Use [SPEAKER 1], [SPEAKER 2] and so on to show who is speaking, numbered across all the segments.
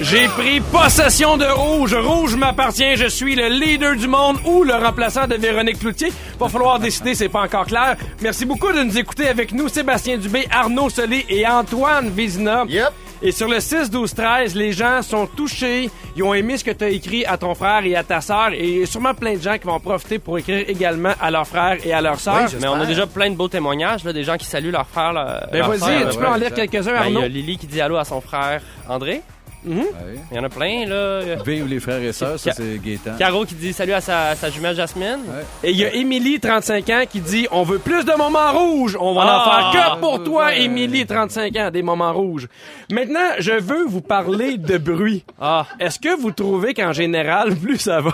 [SPEAKER 1] J'ai pris possession de Rouge. Rouge m'appartient. Je suis le leader du monde ou le remplaçant de Véronique Cloutier. Va falloir décider, c'est pas encore clair. Merci beaucoup de nous écouter avec nous, Sébastien Dubé, Arnaud Solé et Antoine Vézina.
[SPEAKER 2] Yep.
[SPEAKER 1] Et sur le 6, 12, 13, les gens sont touchés. Ils ont aimé ce que tu as écrit à ton frère et à ta sœur. Et il y a sûrement plein de gens qui vont en profiter pour écrire également à leur frère et à leur sœur.
[SPEAKER 2] j'espère.
[SPEAKER 3] Hein, Mais on a déjà plein de beaux témoignages, là, des gens qui saluent leur frère. Leur,
[SPEAKER 1] ben
[SPEAKER 3] leur
[SPEAKER 1] vas-y,
[SPEAKER 3] sœur.
[SPEAKER 1] tu
[SPEAKER 3] Ben,
[SPEAKER 1] peux en lire quelques-uns,
[SPEAKER 3] Il
[SPEAKER 1] Arnaud. Mhm.
[SPEAKER 3] y a Lily qui dit allô à son frère André.
[SPEAKER 4] Ouais.
[SPEAKER 3] Il y en a plein, là.
[SPEAKER 4] Vive les frères et sœurs,
[SPEAKER 3] Ca-
[SPEAKER 4] ça c'est Gaétan.
[SPEAKER 3] Caro qui dit salut à sa, sa jumelle Jasmine.
[SPEAKER 1] Et il y a Émilie, 35 ans, qui dit On veut plus de moments rouges. On va en
[SPEAKER 3] Ah!
[SPEAKER 1] faire que pour toi, Émilie, 35 ans, des moments rouges. Maintenant, je veux vous parler de bruit.
[SPEAKER 3] Ah,
[SPEAKER 1] Est-ce que vous trouvez qu'en général, plus ça va?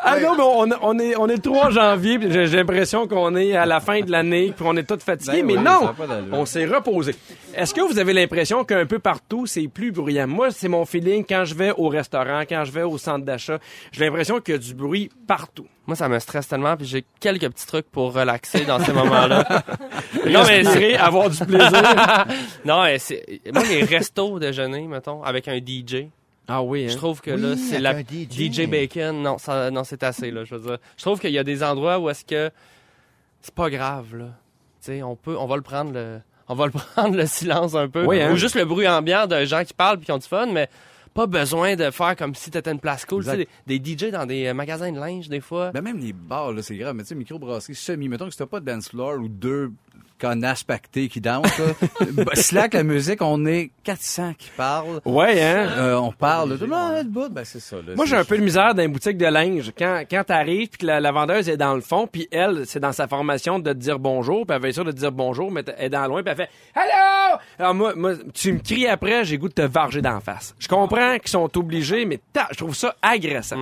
[SPEAKER 1] ah non, mais on, on est, on est le 3 janvier, puis j'ai j'ai l'impression qu'on est à la fin de l'année, puis on est tous fatigués,
[SPEAKER 4] Ben
[SPEAKER 1] mais
[SPEAKER 4] oui, ça
[SPEAKER 1] non!
[SPEAKER 4] a pas d'allure.
[SPEAKER 1] On s'est reposé. Est-ce que vous avez l'impression qu'un peu partout, c'est plus bruyant? Moi, c'est mon feeling quand je vais au restaurant, quand je vais au centre d'achat, j'ai l'impression qu'il y a du bruit partout.
[SPEAKER 3] moi ça me stresse tellement, puis j'ai quelques petits trucs pour relaxer dans ces moments-là.
[SPEAKER 1] Non,
[SPEAKER 3] non
[SPEAKER 1] mais
[SPEAKER 3] mais c'est-
[SPEAKER 1] c'est avoir du plaisir.
[SPEAKER 3] non, mais c'est moi les restos au déjeuner, mettons, avec un DJ.
[SPEAKER 1] ah oui,
[SPEAKER 3] Je
[SPEAKER 1] hein?
[SPEAKER 3] trouve que là c'est la DJ Bacon. Non, ça, non, c'est assez là. Je veux dire, je trouve qu'il y a des endroits où est-ce que c'est pas grave là. Tu sais, on peut, on va le prendre le, on va le prendre le silence un peu,
[SPEAKER 1] Oui, hein.
[SPEAKER 3] ou juste le bruit ambiant de gens qui parlent puis qui ont du fun, mais pas besoin de faire comme si t'étais une place cool. Tu sais,
[SPEAKER 4] Exact.
[SPEAKER 3] des, des DJ dans des euh, magasins de linge des fois.
[SPEAKER 4] Ben même les bars, là, c'est grave, mais tu sais, microbrasserie semi, mettons que si t'as pas de dance floor ou deux connasses pactées qui dansent, là, ben, slack la musique, on est 400 qui parlent,
[SPEAKER 1] Ouais, hein?
[SPEAKER 4] Euh, on parle, tout le monde est debout, ben c'est ça. Là,
[SPEAKER 1] Moi,
[SPEAKER 4] c'est-
[SPEAKER 1] j'ai un peu de misère dans les boutiques de linge. Quand, quand t'arrives, puis que la, la vendeuse est dans le fond, puis elle, c'est dans sa formation de te dire bonjour, puis elle veut être sûre de te dire bonjour, mais elle est dans le loin, puis elle fait « Hello! » Alors moi, moi, tu me cries après, j'ai goût de te varger d'en face. Je comprends qu'ils sont obligés, mais ta- je trouve ça agressant.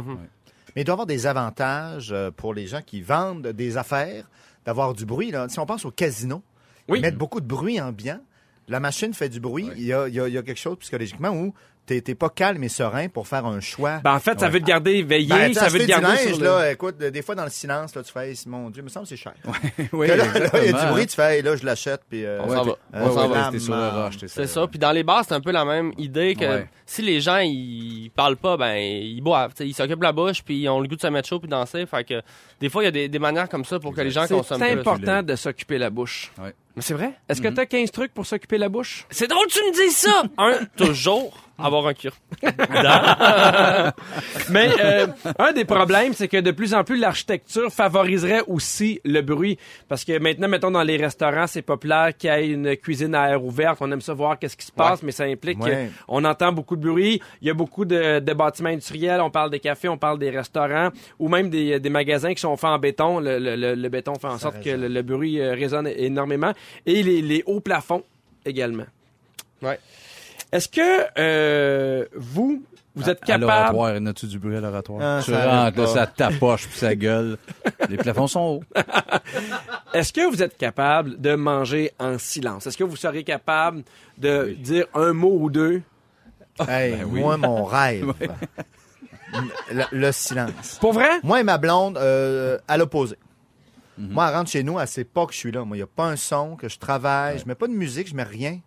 [SPEAKER 2] Mais il doit y avoir des avantages euh, pour les gens qui vendent des affaires d'avoir du bruit. Là. Si on pense au casino,
[SPEAKER 1] Oui.
[SPEAKER 2] ils mettent beaucoup de bruit ambiant. La machine fait du bruit. Il, y a, il y a- il y a quelque chose psychologiquement où t'es t'es pas calme et serein pour faire un choix.
[SPEAKER 1] Ben, en fait, ça veut te garder veillé,
[SPEAKER 2] Ben, tu sais,
[SPEAKER 1] ça veut
[SPEAKER 2] acheter
[SPEAKER 1] te
[SPEAKER 2] du
[SPEAKER 1] garder
[SPEAKER 2] linge,
[SPEAKER 1] sur le-
[SPEAKER 2] là, écoute, des fois dans le silence, là, tu fais, Hey, mon Dieu, il me semble que c'est cher.
[SPEAKER 4] oui,
[SPEAKER 2] Que là, là, il y a du
[SPEAKER 4] exactement.
[SPEAKER 2] bruit, tu fais, Hey, là, je l'achète, puis euh,
[SPEAKER 3] On
[SPEAKER 4] Ouais,
[SPEAKER 3] s'en
[SPEAKER 4] t'es-
[SPEAKER 3] va.
[SPEAKER 4] ouais,
[SPEAKER 3] On s'en
[SPEAKER 4] ouais,
[SPEAKER 3] va.
[SPEAKER 4] là, C'était sur le roche, t'es
[SPEAKER 3] C'est ça. Puis dans les bars, c'est un peu la même idée que
[SPEAKER 4] Ouais.
[SPEAKER 3] si les gens ils parlent pas, ben ils boivent. T'sais, ils s'occupent la bouche, puis ils ont le goût de se mettre chaud puis danser. Fait que des fois, il y a des, des manières comme ça pour que les gens consomment
[SPEAKER 1] C'est
[SPEAKER 3] plus.
[SPEAKER 1] important de s'occuper la bouche.
[SPEAKER 3] Mais c'est vrai.
[SPEAKER 1] Est-ce que t'as 15 trucs pour s'occuper la bouche?
[SPEAKER 3] C'est drôle que tu me dis ça. un, toujours avoir un cure.
[SPEAKER 1] Mais euh, un des problèmes, c'est que de plus en plus, l'architecture favoriserait aussi le bruit. Parce que maintenant, mettons, dans les restaurants, c'est populaire qu'il y ait une cuisine à air ouverte. On aime ça voir qu'est-ce qui se passe, mais ça implique
[SPEAKER 2] Ouais.
[SPEAKER 1] qu'on entend beaucoup de bruit. Il y a beaucoup de, de bâtiments industriels. On parle des cafés, on parle des restaurants ou même des, des magasins qui sont faits en béton. Le, le- le- le béton fait en sorte que le, le bruit euh, résonne énormément. Et les, les hauts plafonds également.
[SPEAKER 3] Ouais.
[SPEAKER 1] Est-ce que euh, vous, vous êtes
[SPEAKER 4] À
[SPEAKER 1] capable...
[SPEAKER 4] l'oratoire, en as-tu du bruit à l'oratoire?
[SPEAKER 2] Ah,
[SPEAKER 4] tu
[SPEAKER 2] ça
[SPEAKER 4] rentres,
[SPEAKER 2] arrive
[SPEAKER 4] là,
[SPEAKER 2] pas.
[SPEAKER 4] ça tapoche puis ça gueule. les plafonds sont hauts.
[SPEAKER 1] Est-ce que vous êtes capable de manger en silence? Est-ce que vous serez capable de dire un mot ou deux?
[SPEAKER 2] Hey,
[SPEAKER 3] Ben
[SPEAKER 2] moi, mon rêve, le- le silence.
[SPEAKER 1] Pour vrai?
[SPEAKER 2] Moi et ma blonde, euh, à l'opposé.
[SPEAKER 4] Mhm.
[SPEAKER 2] Moi, elle rentre chez nous, elle sait pas que je suis là. Moi, il n'y a pas un son, que je travaille, je mets pas de musique, je mets rien.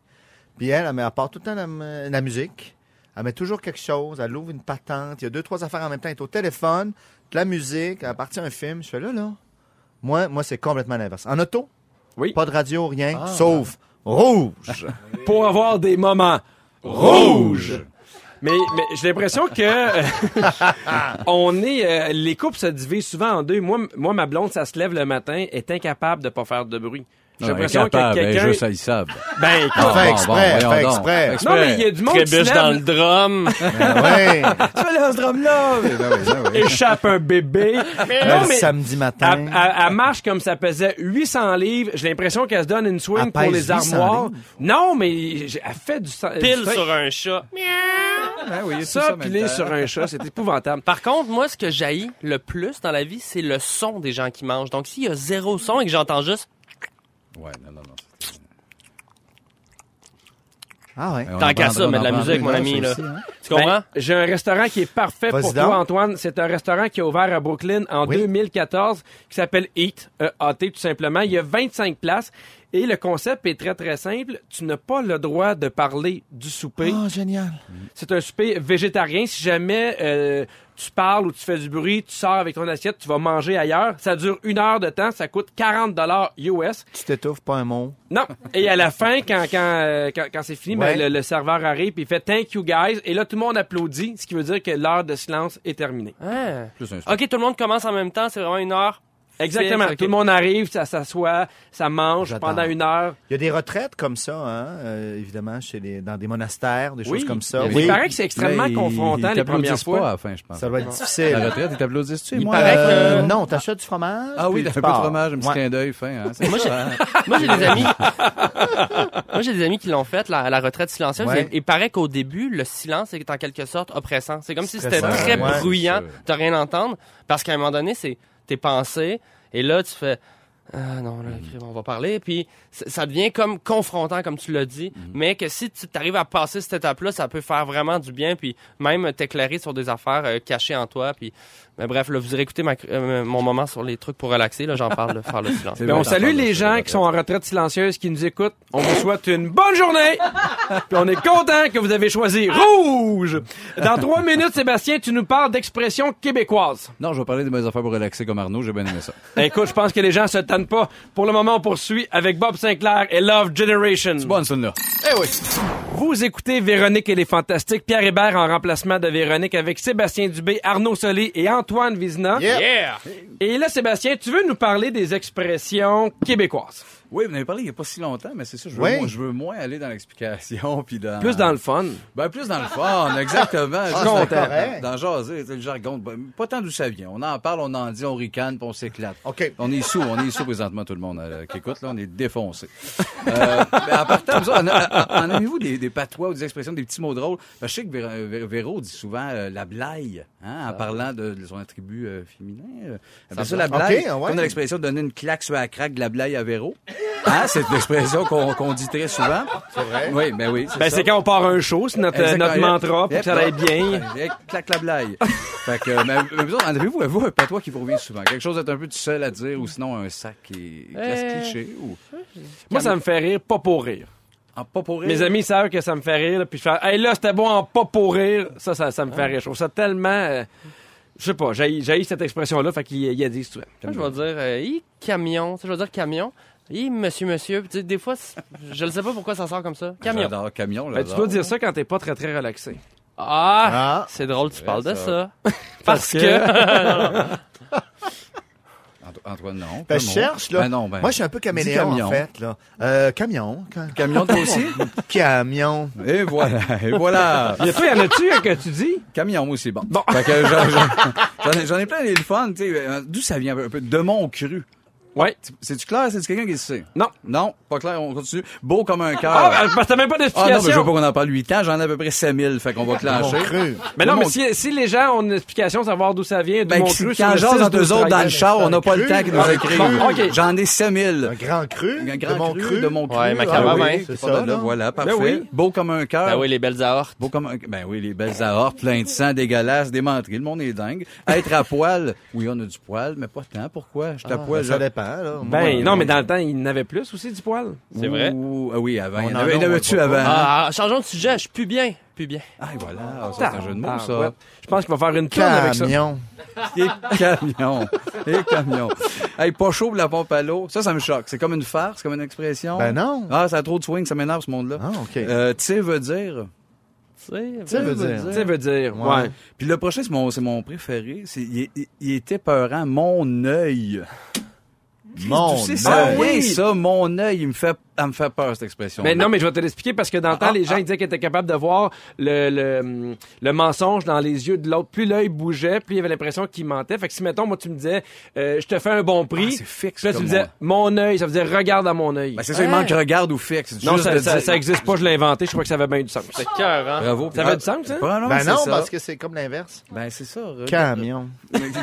[SPEAKER 2] Puis elle, elle, met, elle part tout le temps la, mu- la musique. Elle met toujours quelque chose, elle ouvre une patente, il y a deux, trois affaires en même temps. Elle est au téléphone, de la musique, elle partit un film. Je fais là, là. Moi, moi c'est complètement l'inverse. En auto,
[SPEAKER 1] Oui.
[SPEAKER 2] pas de radio, rien,
[SPEAKER 4] Ah,
[SPEAKER 2] sauf rouge.
[SPEAKER 1] Pour avoir des moments rouges! Mais, mais j'ai l'impression que on est euh, les couples se divisent souvent en deux. Moi, m- moi ma blonde, ça se lève le matin, est incapable de pas faire de bruit. J'ai l'impression que
[SPEAKER 4] Incapable,
[SPEAKER 1] quelqu'un.
[SPEAKER 4] hein, juste, ils savent.
[SPEAKER 1] Ben, écoute,
[SPEAKER 4] Ah,
[SPEAKER 2] fait
[SPEAKER 4] bon,
[SPEAKER 2] exprès,
[SPEAKER 4] bon, voyons
[SPEAKER 2] fait
[SPEAKER 4] donc.
[SPEAKER 2] exprès.
[SPEAKER 1] non mais il y a du monde qui se
[SPEAKER 3] Trébuche
[SPEAKER 1] lève.
[SPEAKER 3] dans le drum.
[SPEAKER 2] ouais.
[SPEAKER 1] Tu fais le drum là, échappe un bébé.
[SPEAKER 2] Le
[SPEAKER 1] non mais
[SPEAKER 2] samedi matin.
[SPEAKER 1] Elle, elle- elle marche comme ça pesait 800 livres. J'ai l'impression qu'elle se donne une swing
[SPEAKER 2] Elle
[SPEAKER 1] pour
[SPEAKER 2] pèse
[SPEAKER 1] les
[SPEAKER 2] 800
[SPEAKER 1] armoires. Non, mais j'ai- elle fait du sang- du
[SPEAKER 3] Pile
[SPEAKER 1] steak.
[SPEAKER 3] sur un chat.
[SPEAKER 4] Ben oui, il y a tout
[SPEAKER 1] Ça,
[SPEAKER 4] en même
[SPEAKER 1] pilé
[SPEAKER 4] temps.
[SPEAKER 1] sur un chat, c'est épouvantable.
[SPEAKER 3] Par contre, moi, ce que j'haïs le plus dans la vie, c'est le son des gens qui mangent. Donc, s'il y a zéro son et que j'entends juste,
[SPEAKER 4] Ouais, non, non, non. c'est-
[SPEAKER 2] Ah ouais.
[SPEAKER 4] Ben, on
[SPEAKER 3] Tant qu'à
[SPEAKER 4] en
[SPEAKER 3] ça, mettre de la
[SPEAKER 4] parlera
[SPEAKER 3] musique, mon
[SPEAKER 4] dans deux
[SPEAKER 3] ami,
[SPEAKER 4] heures,
[SPEAKER 3] là.
[SPEAKER 4] ça aussi, hein.
[SPEAKER 3] tu comprends?
[SPEAKER 1] Ben, J'ai un restaurant qui est parfait
[SPEAKER 2] Vas-y
[SPEAKER 1] pour
[SPEAKER 2] donc.
[SPEAKER 1] toi, Antoine. C'est un restaurant qui a ouvert à Brooklyn en
[SPEAKER 2] Oui.
[SPEAKER 1] 2014 qui s'appelle Eat, E-A-T tout simplement. Il y a 25 places et le concept est très très simple. Tu n'as pas le droit de parler du souper.
[SPEAKER 2] Oh, génial.
[SPEAKER 1] C'est un souper végétarien. Si jamais euh, tu parles ou tu fais du bruit, tu sors avec ton assiette, tu vas manger ailleurs. Ça dure une heure de temps. Ça coûte 40 dollars US.
[SPEAKER 2] Tu t'étouffes pas un mot.
[SPEAKER 1] Non. Et à la fin, quand, quand, euh, quand, quand c'est fini,
[SPEAKER 2] Ouais.
[SPEAKER 1] ben, le, le serveur arrive et il fait Thank you guys. Et là, tout le monde applaudit, ce qui veut dire que l'heure de silence est terminée.
[SPEAKER 3] Ah.
[SPEAKER 4] Plus un
[SPEAKER 3] OK, tout le monde commence en même temps. C'est vraiment une heure.
[SPEAKER 1] Exactement.
[SPEAKER 3] Fixe, ok.
[SPEAKER 1] Tout le monde arrive, ça s'assoit, ça mange
[SPEAKER 2] J'adore.
[SPEAKER 1] pendant une heure.
[SPEAKER 2] Il y a des retraites comme ça, hein, euh, évidemment, chez les, dans des monastères, des choses comme ça.
[SPEAKER 1] Il paraît que c'est extrêmement
[SPEAKER 4] Là, ils-
[SPEAKER 1] confrontant
[SPEAKER 4] ils
[SPEAKER 1] les premières
[SPEAKER 4] t'applaudissent pas à
[SPEAKER 1] fois.
[SPEAKER 4] la fin, je pense.
[SPEAKER 2] Ça doit être
[SPEAKER 4] À Ah. la
[SPEAKER 2] difficile.
[SPEAKER 4] retraite, ils t'applaudissent-tu, moi?
[SPEAKER 3] paraît
[SPEAKER 2] Euh,
[SPEAKER 3] que-
[SPEAKER 2] Non, t'achètes du fromage.
[SPEAKER 4] Ah oui,
[SPEAKER 2] puis
[SPEAKER 4] t'as un
[SPEAKER 2] tu
[SPEAKER 4] peu de
[SPEAKER 2] pars.
[SPEAKER 4] fromage, un petit
[SPEAKER 2] Ouais.
[SPEAKER 4] clin d'œil fin. Hein? c'est
[SPEAKER 3] Moi, j'ai-
[SPEAKER 4] ça, hein?
[SPEAKER 3] Moi, j'ai des amis. Moi, j'ai des amis qui l'ont fait, la, la retraite silencieuse.
[SPEAKER 2] Ouais.
[SPEAKER 3] Et, et paraît qu'au début, le silence est en quelque sorte oppressant. C'est comme si c'était
[SPEAKER 2] Stressant,
[SPEAKER 3] très
[SPEAKER 2] ouais.
[SPEAKER 3] bruyant
[SPEAKER 4] Ouais,
[SPEAKER 3] de rien entendre. Parce qu'à un moment donné, c'est tes pensées. Et là, tu fais. Ah non, là,
[SPEAKER 2] Mm.
[SPEAKER 3] crime, on va parler. Puis c- ça devient comme confrontant, comme tu l'as
[SPEAKER 2] Mm.
[SPEAKER 3] dit. Mais que si tu arrives à passer cette étape-là, ça peut faire vraiment du bien. Puis même t'éclairer sur des affaires euh, cachées en toi. Puis mais bref, là, vous irez écouter ma cr- euh, mon moment sur les trucs pour relaxer. Là, j'en parle de faire le silence.
[SPEAKER 4] C'est
[SPEAKER 1] Ben,
[SPEAKER 4] vrai,
[SPEAKER 1] on
[SPEAKER 4] t'en
[SPEAKER 1] salue
[SPEAKER 4] parles de
[SPEAKER 1] les
[SPEAKER 4] ça, la
[SPEAKER 1] gens
[SPEAKER 4] retraite.
[SPEAKER 1] qui sont en retraite silencieuse, qui nous écoutent. On vous souhaite une bonne journée. Puis on est content que vous avez choisi rouge. Dans trois minutes, Sébastien, tu nous parles d'expression québécoise. Ben,
[SPEAKER 4] Non, je vais parler de mes affaires pour relaxer comme Arnaud, j'ai bien aimé ça.
[SPEAKER 1] Écoute, je pense que les gens se tannent pas. Pour le moment, on poursuit avec Bob Sinclair et Love Generation.
[SPEAKER 4] Bonne celle-là.
[SPEAKER 1] Eh oui. Vous écoutez Véronique et les Fantastiques. Pierre Hébert en remplacement de Véronique avec Sébastien Dubé, Arnaud Solé et Antoine Vizina.
[SPEAKER 2] Yeah.
[SPEAKER 3] Yeah!
[SPEAKER 1] Et là, Sébastien, tu veux nous parler des expressions québécoises.
[SPEAKER 4] Oui, vous en avez parlé il n'y a pas si longtemps, mais c'est ça, je veux,
[SPEAKER 2] Oui.
[SPEAKER 4] moins, je veux moins aller dans l'explication. puis dans...
[SPEAKER 1] Plus dans le fun.
[SPEAKER 4] Ben, plus dans le fun, exactement. Juste
[SPEAKER 2] Ah, c'est
[SPEAKER 4] dans-
[SPEAKER 2] correct.
[SPEAKER 4] Dans, dans jaser, tu sais, le jargon. Ben, pas tant d'où ça vient. On en parle, on en dit, on ricane, puis on s'éclate.
[SPEAKER 2] OK.
[SPEAKER 4] On est sous, on est sous présentement, tout le monde euh, qui écoute, là, on est défoncé. Euh, mais en partant de ça, en, en- en avez-vous des, des patois ou des expressions, des petits mots drôles? Ben, je sais que Véro, euh, Véro dit souvent euh, la blague,
[SPEAKER 2] Ah.
[SPEAKER 4] hein, en parlant de, de son attribut euh, féminin. euh. Elle appelle ça, la blague.
[SPEAKER 2] OK, ah ouais.
[SPEAKER 4] Comme dans l'expression de donner une claque sur la craque de la blague à Véro. Hein, c'est une expression qu'on qu'on dit très souvent. C'est
[SPEAKER 2] vrai.
[SPEAKER 4] Oui, ben oui.
[SPEAKER 1] Ben,
[SPEAKER 4] ça.
[SPEAKER 1] c'est quand on part un show, c'est notre, euh,
[SPEAKER 4] Exactement.
[SPEAKER 1] notre mantra pour
[SPEAKER 4] Yep.
[SPEAKER 1] que ça aille bien.
[SPEAKER 4] Yep. Claque la blague. fait que, mais, mais vous autres, en avez-vous avez-vous un patois qui vous revient souvent? Quelque chose d'être un peu tout seul à dire ou sinon un sac qui qui reste
[SPEAKER 3] Euh.
[SPEAKER 4] cliché ou.
[SPEAKER 1] Moi, ça me fait rire, pas pour rire.
[SPEAKER 4] En pas pour rire.
[SPEAKER 1] Mes amis savent que ça me fait rire, là, puis je fais Hey là, c'était bon en pas pour rire. Ça, ça, ça me fait rire. Je trouve ça tellement. euh, je sais pas, j'ai j'ai cette expression-là, fait qu'il y a des souvent.
[SPEAKER 3] Moi, je vais dire, euh, Hi, camion. Tu sais, je vais dire camion. Hi, monsieur, monsieur. Tu sais, des fois, c'est- je ne sais pas pourquoi ça sort comme ça. Camion.
[SPEAKER 4] J'adore camion.
[SPEAKER 1] Ben, tu
[SPEAKER 4] j'adore.
[SPEAKER 1] dois dire ça quand t'es pas très très relaxé.
[SPEAKER 3] Ah!
[SPEAKER 2] Ah,
[SPEAKER 3] C'est drôle, tu
[SPEAKER 4] vrai,
[SPEAKER 3] parles de
[SPEAKER 4] ça.
[SPEAKER 3] ça. Parce que.
[SPEAKER 4] Anto- Antoine, non.
[SPEAKER 2] ben,
[SPEAKER 4] Pas
[SPEAKER 2] je
[SPEAKER 4] non.
[SPEAKER 2] cherche, là.
[SPEAKER 4] Ben non, ben.
[SPEAKER 2] Moi, je suis un peu caméléon,
[SPEAKER 4] Dis camion.
[SPEAKER 2] en fait, là. Euh, camion. ca-
[SPEAKER 4] Camion, toi aussi?
[SPEAKER 2] Camion.
[SPEAKER 4] et voilà, et voilà.
[SPEAKER 1] Y a toi, y en a-tu hein, que tu dis
[SPEAKER 4] Camion, moi aussi, bon.
[SPEAKER 1] Bon.
[SPEAKER 4] Fait que j'en- j'en- j'en ai- j'en ai plein des fun, tu sais. euh, D'où ça vient un peu? De mon cru.
[SPEAKER 1] Ouais.
[SPEAKER 4] C'est-tu clair? C'est-tu quelqu'un qui le sait?
[SPEAKER 1] Non.
[SPEAKER 4] Non, pas clair, on continue. Beau comme un cœur.
[SPEAKER 1] Ah, ben, parce que t'as même pas
[SPEAKER 4] Ah non, mais je
[SPEAKER 1] d'explication.
[SPEAKER 4] veux pas qu'on en parle 8 ans, j'en ai à peu près 5000, fait qu'on va
[SPEAKER 2] Mon
[SPEAKER 4] clencher.
[SPEAKER 2] cru.
[SPEAKER 1] mais non,
[SPEAKER 4] Tout
[SPEAKER 1] mais
[SPEAKER 4] le monde-
[SPEAKER 1] si, si les gens ont une explication, savoir d'où ça vient, d'où
[SPEAKER 4] Ben,
[SPEAKER 1] mon
[SPEAKER 4] si-
[SPEAKER 1] cru, sur
[SPEAKER 4] quand
[SPEAKER 1] le
[SPEAKER 4] j'en
[SPEAKER 1] 6,
[SPEAKER 4] deux
[SPEAKER 1] 12,
[SPEAKER 4] autres dans le
[SPEAKER 1] 13.
[SPEAKER 4] char, on n'a pas le
[SPEAKER 2] cru.
[SPEAKER 4] temps qu'ils nous
[SPEAKER 2] Ah,
[SPEAKER 4] écrivent.
[SPEAKER 1] bon, ok.
[SPEAKER 4] J'en ai 5000.
[SPEAKER 2] Un grand cru.
[SPEAKER 4] Un
[SPEAKER 2] de
[SPEAKER 4] grand
[SPEAKER 2] mon
[SPEAKER 4] cru,
[SPEAKER 2] cru.
[SPEAKER 4] de mon cru.
[SPEAKER 3] Ouais,
[SPEAKER 4] Ah
[SPEAKER 3] Macabra,
[SPEAKER 4] oui,
[SPEAKER 3] hein.
[SPEAKER 4] c'est
[SPEAKER 2] Pas
[SPEAKER 4] ça,
[SPEAKER 2] mal,
[SPEAKER 4] là,
[SPEAKER 2] hein.
[SPEAKER 4] voilà, parfait.
[SPEAKER 1] oui.
[SPEAKER 4] Beau comme un cœur.
[SPEAKER 3] Ben oui, les belles aortes.
[SPEAKER 4] Beau comme un... Ben oui, les belles aortes, plein de sang, dégueulasse, des menteries, le monde est dingue. Être à poil, oui, on a du poil, mais pas tant. Pourquoi? Je suis à poil,
[SPEAKER 2] Ben, Ça
[SPEAKER 4] je-
[SPEAKER 2] dépend, là. Moi,
[SPEAKER 1] Ben non, mais dans le temps, il n'avait plus aussi du poil.
[SPEAKER 3] C'est vrai.
[SPEAKER 4] Ouh, ah oui, avant. Il y en
[SPEAKER 2] en
[SPEAKER 4] avait-
[SPEAKER 2] a,
[SPEAKER 4] il y en
[SPEAKER 2] on
[SPEAKER 4] avait-tu
[SPEAKER 2] le voit
[SPEAKER 4] avant?
[SPEAKER 2] pas.
[SPEAKER 4] hein?
[SPEAKER 3] Ah, ah, changeons de sujet, je pue bien. Pue bien.
[SPEAKER 4] Ah, et voilà, ah, ça, c'est un jeu de mots, ça.
[SPEAKER 1] ouais. Je pense qu'il va faire une tonne avec ça.
[SPEAKER 2] Camion.
[SPEAKER 4] Et camion. Et camion. Hey, pas chaud pour la pompe à l'eau. Ça, ça me choque. C'est comme une farce, comme une expression.
[SPEAKER 2] Ben non.
[SPEAKER 4] Ah, ça a trop de swing, ça m'énerve, ce monde-là.
[SPEAKER 2] Ah, OK.
[SPEAKER 4] Euh, tu sais veut dire.
[SPEAKER 3] Tu
[SPEAKER 2] Tu sais,
[SPEAKER 3] sais,
[SPEAKER 2] veut dire.
[SPEAKER 1] Tu sais, veut dire,
[SPEAKER 2] Ouais.
[SPEAKER 1] ouais.
[SPEAKER 4] Puis le prochain, c'est mon, c'est mon préféré. C'est, il, il- il était peurant, mon œil.
[SPEAKER 2] Mon
[SPEAKER 4] Tu sais,
[SPEAKER 2] Dieu. Ah
[SPEAKER 4] ça, oui, ça, mon œil, il me fait elle me fait peur, cette expression.
[SPEAKER 1] Mais non, mais je vais te l'expliquer parce que dans
[SPEAKER 4] Ah,
[SPEAKER 1] le temps, les gens ils disaient qu'ils étaient capables de voir le, le, le mensonge dans les yeux de l'autre. Plus l'œil bougeait, plus il y avait l'impression qu'il mentait. Fait que si, mettons, moi, tu me disais, euh, je te fais un bon prix.
[SPEAKER 4] Ah, c'est fixe,
[SPEAKER 1] Puis là, tu
[SPEAKER 4] comme
[SPEAKER 1] me disais, mon œil, ça veut dire regarde à mon œil.
[SPEAKER 4] Ben, c'est ça, il manque regarde ou fixe.
[SPEAKER 1] non,
[SPEAKER 4] Juste
[SPEAKER 1] ça,
[SPEAKER 4] de
[SPEAKER 1] ça,
[SPEAKER 4] dire-
[SPEAKER 1] ça existe pas, je l'ai inventé. Je crois que ça avait bien du sens.
[SPEAKER 3] C'est cœur, hein?
[SPEAKER 4] Bravo.
[SPEAKER 1] Ça avait du sens, ça?
[SPEAKER 4] Ben non,
[SPEAKER 2] Ben
[SPEAKER 4] c'est
[SPEAKER 2] non,
[SPEAKER 4] ça.
[SPEAKER 2] parce que c'est comme l'inverse.
[SPEAKER 4] Ben c'est ça. regarde.
[SPEAKER 2] Camion.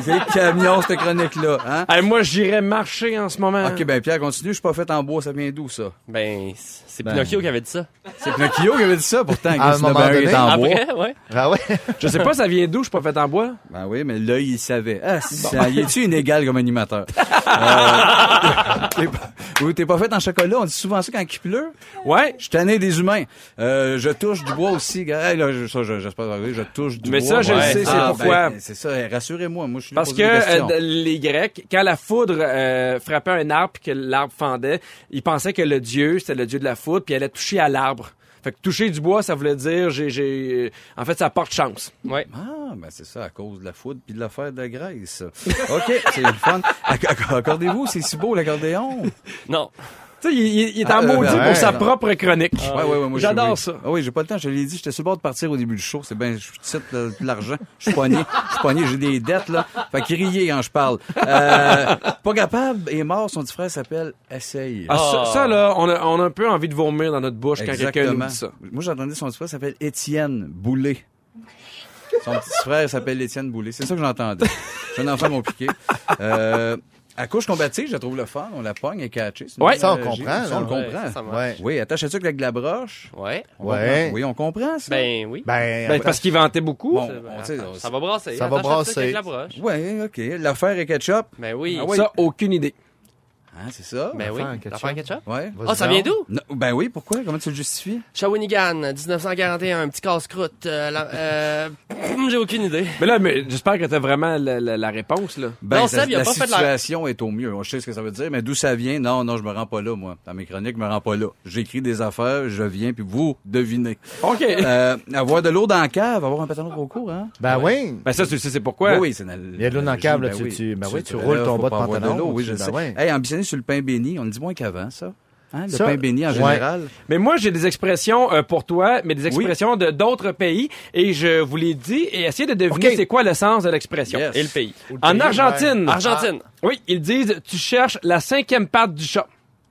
[SPEAKER 4] C'est le camion, cette chronique-là. Hein?
[SPEAKER 1] Hey, moi, j'irais marcher en ce moment.
[SPEAKER 4] OK, ben Pierre, continue. Je suis pas fait en bois, ça vient d'où, ça?
[SPEAKER 3] Ben, c'est
[SPEAKER 4] Ben.
[SPEAKER 3] Pinocchio qui avait dit ça.
[SPEAKER 4] C'est Pinocchio qui avait dit ça, pourtant.
[SPEAKER 2] À un
[SPEAKER 4] Christine
[SPEAKER 2] moment
[SPEAKER 4] Berry
[SPEAKER 2] donné.
[SPEAKER 4] est en bois.
[SPEAKER 3] Après, ouais.
[SPEAKER 2] Ah ouais?
[SPEAKER 1] Je sais pas, ça vient d'où, je suis pas fait en bois.
[SPEAKER 4] Ben oui, mais l'œil, il savait. Ah, si, ça, il est-tu inégal comme animateur? euh, t'es pas- oui, t'es pas fait en chocolat. On dit souvent ça quand il pleut.
[SPEAKER 1] Ouais.
[SPEAKER 4] Je suis tanné des humains. Euh, je touche du bois aussi. Hey, là, je- ça, je- j'espère que je touche du
[SPEAKER 1] Mais
[SPEAKER 4] bois.
[SPEAKER 1] ça, je
[SPEAKER 3] le sais, c'est
[SPEAKER 4] Ah,
[SPEAKER 1] pourquoi.
[SPEAKER 4] ben, c'est ça. Hey, Rassurez-moi, moi, je suis là
[SPEAKER 1] Parce
[SPEAKER 4] pour
[SPEAKER 1] que
[SPEAKER 4] poser des questions.
[SPEAKER 1] euh, les Grecs, quand la foudre euh, frappait un arbre puis que l'arbre fendait, ils pensaient que le dieu, c'était le dieu de la foudre, puis elle allait toucher à l'arbre. Fait que toucher du bois, ça voulait dire j'ai j'ai euh, en fait ça porte chance.
[SPEAKER 3] Ouais.
[SPEAKER 4] Ah, ben c'est ça, à cause de la foudre puis de l'affaire de la Grèce. OK, c'est le fun. Acc- acc- Accordez-vous, c'est si beau l'accordéon.
[SPEAKER 3] Non.
[SPEAKER 1] Tu sais, il, il- il est en
[SPEAKER 4] Ah, euh,
[SPEAKER 1] maudit
[SPEAKER 2] ben,
[SPEAKER 1] pour sa
[SPEAKER 4] ouais. Ah,
[SPEAKER 1] propre chronique.
[SPEAKER 4] Ouais, ouais, ouais, moi,
[SPEAKER 1] Ah J'adore
[SPEAKER 4] j'ai-
[SPEAKER 1] ça.
[SPEAKER 4] Ah oui, j'ai pas le temps, je l'ai dit, j'étais sur le bord de partir au début du show. C'est ben, je suis petite, là, de l'argent, je suis poigné, je suis poigné, j'ai des dettes, là. Fait que riez quand je parle. Euh, pas capable est mort, son petit frère s'appelle Essaye.
[SPEAKER 1] Ah, ça, ça, là, on a, on a un peu envie de vomir dans notre bouche quand quelqu'un nous
[SPEAKER 4] Exactement.
[SPEAKER 1] dit ça.
[SPEAKER 4] Moi, j'entendais son petit frère s'appelle Étienne Boulay. Son petit frère s'appelle Étienne Boulay. C'est ça que j'entendais. J'ai un enfant mon piqué. Euh, à couche combative, je trouve le fun. On la pogne et catchée. C'est une
[SPEAKER 1] Ouais.
[SPEAKER 4] bonne
[SPEAKER 2] Ça, on
[SPEAKER 4] énergie.
[SPEAKER 2] comprend,
[SPEAKER 4] Ça, on
[SPEAKER 2] là.
[SPEAKER 4] le comprend.
[SPEAKER 3] Ouais, ça, ça marche.
[SPEAKER 2] Ouais.
[SPEAKER 4] oui, attache à truc avec de la broche.
[SPEAKER 3] Ouais.
[SPEAKER 4] On
[SPEAKER 2] Ouais.
[SPEAKER 4] comprend. Oui, on comprend ça.
[SPEAKER 3] Ben oui. Ben,
[SPEAKER 2] Ben,
[SPEAKER 1] Ben, parce qu'il vantait beaucoup.
[SPEAKER 4] Bon, on, tu sais,
[SPEAKER 3] Attends,
[SPEAKER 4] on-
[SPEAKER 3] ça va brasser.
[SPEAKER 2] Ça
[SPEAKER 3] Attache
[SPEAKER 2] va
[SPEAKER 3] le truc
[SPEAKER 2] brasser.
[SPEAKER 3] avec la broche.
[SPEAKER 4] Ouais, OK. L'affaire est ketchup.
[SPEAKER 3] Ben oui.
[SPEAKER 4] Ah ouais.
[SPEAKER 1] Ça, aucune idée.
[SPEAKER 4] Hein, c'est ça?
[SPEAKER 3] Ben oui.
[SPEAKER 2] L'affaire en ketchup.
[SPEAKER 3] L'affaire en ketchup?
[SPEAKER 4] Ouais.
[SPEAKER 3] Ah, ça vient d'où?
[SPEAKER 4] Non, ben oui, pourquoi? Comment tu le justifies?
[SPEAKER 3] Shawinigan, 1941, un petit casse-croûte. euh, la- euh, J'ai aucune idée.
[SPEAKER 1] Mais là, mais j'espère que t'as vraiment la, la- la réponse, là.
[SPEAKER 4] Ben,
[SPEAKER 3] Non,
[SPEAKER 4] ça-
[SPEAKER 3] Seb, il a
[SPEAKER 4] la
[SPEAKER 3] pas fait de la-
[SPEAKER 4] situation est au mieux. Je sais ce que ça veut dire, mais d'où ça vient? Non, non, je me rends pas là, moi. Dans mes chroniques, je me rends pas là. J'écris des affaires, je viens, puis vous devinez.
[SPEAKER 1] OK. Ben,
[SPEAKER 4] Euh, avoir de l'eau dans la cave, avoir un pantalon trop court, hein?
[SPEAKER 2] Ben oui.
[SPEAKER 1] Ben ça, tu le sais, c'est pourquoi.
[SPEAKER 4] Oui, oui, c'est Il
[SPEAKER 2] y a de l'eau dans la cave, là, tu- tu- ben oui, tu roules ton bas de pantalon,
[SPEAKER 4] oui,
[SPEAKER 2] tu-
[SPEAKER 4] je
[SPEAKER 2] ben
[SPEAKER 4] sais.
[SPEAKER 2] ouais.
[SPEAKER 4] Hey, ambitionner sur le pain béni, on le dit moins qu'avant, ça. Hein, le
[SPEAKER 2] Ça,
[SPEAKER 4] pain béni, en
[SPEAKER 2] ouais.
[SPEAKER 4] général.
[SPEAKER 1] Mais moi, j'ai des expressions euh, pour toi, mais des expressions de d'autres pays, et je vous l'ai dit, et essayez de deviner
[SPEAKER 2] Ok.
[SPEAKER 1] c'est quoi le sens de l'expression.
[SPEAKER 4] Yes.
[SPEAKER 3] Et le pays.
[SPEAKER 1] En Argentine, Ah,
[SPEAKER 3] Argentine.
[SPEAKER 1] oui, ils disent tu cherches la cinquième patte du chat.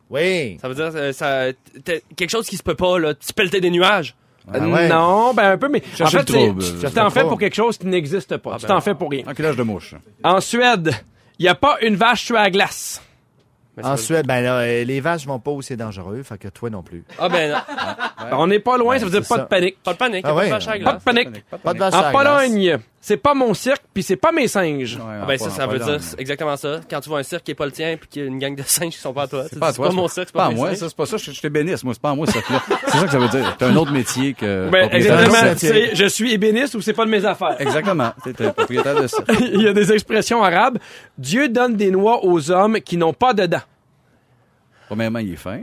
[SPEAKER 2] Oui.
[SPEAKER 3] Ça veut dire euh, ça, t'es- quelque chose qui se peut pas, là. Tu pelletais des nuages.
[SPEAKER 2] Ah ouais.
[SPEAKER 1] Non, ben un peu, mais en
[SPEAKER 4] Chercher
[SPEAKER 1] fait,
[SPEAKER 4] le trouble.
[SPEAKER 1] c'est- tu
[SPEAKER 4] Chercher
[SPEAKER 1] t'en
[SPEAKER 2] le
[SPEAKER 1] fais pour
[SPEAKER 2] trouble.
[SPEAKER 1] quelque chose qui n'existe pas. tu t'en fais pour rien.
[SPEAKER 4] En culage de mouche.
[SPEAKER 1] En Suède, il n'y a pas une vache sur la glace.
[SPEAKER 3] Mais ça
[SPEAKER 2] En
[SPEAKER 3] veut-
[SPEAKER 2] Suède, ben là, euh, les vaches vont pas où c'est dangereux, fait que toi non plus.
[SPEAKER 3] Ah ben non.
[SPEAKER 1] On n'est pas loin, ça veut dire
[SPEAKER 2] c'est
[SPEAKER 1] pas de
[SPEAKER 2] ça.
[SPEAKER 1] panique.
[SPEAKER 3] Pas de panique,
[SPEAKER 2] Ah
[SPEAKER 3] pas de
[SPEAKER 2] ouais.
[SPEAKER 3] vache à
[SPEAKER 1] Pas de
[SPEAKER 3] glace.
[SPEAKER 1] panique.
[SPEAKER 2] Pas de vaches à
[SPEAKER 1] En
[SPEAKER 2] la glace.
[SPEAKER 1] Pologne, c'est pas mon cirque, puis c'est pas mes singes.
[SPEAKER 3] Ah ben ça, ça veut dire c'est exactement ça. Quand tu vois un cirque qui est pas le tien puis qu'il y a une gang de singes qui sont pas à toi, tu dis, c'est
[SPEAKER 4] pas à toi,
[SPEAKER 3] mon cirque, c'est
[SPEAKER 4] Pas à
[SPEAKER 3] mes
[SPEAKER 4] moi,
[SPEAKER 3] singes.
[SPEAKER 4] ça, c'est pas ça. Je, je t'ébénisse, moi, c'est pas à moi, ça. C'est ça que ça veut dire. T'as un autre métier que.
[SPEAKER 1] Ben,
[SPEAKER 4] propriétaire de
[SPEAKER 1] exactement,
[SPEAKER 4] cirque.
[SPEAKER 1] c'est je suis ébéniste ou c'est pas de mes affaires.
[SPEAKER 4] Exactement. T'es un propriétaire de ça.
[SPEAKER 1] Il y a des expressions arabes. Dieu donne des noix aux hommes qui n'ont pas de dents.
[SPEAKER 4] Premièrement, il est fin.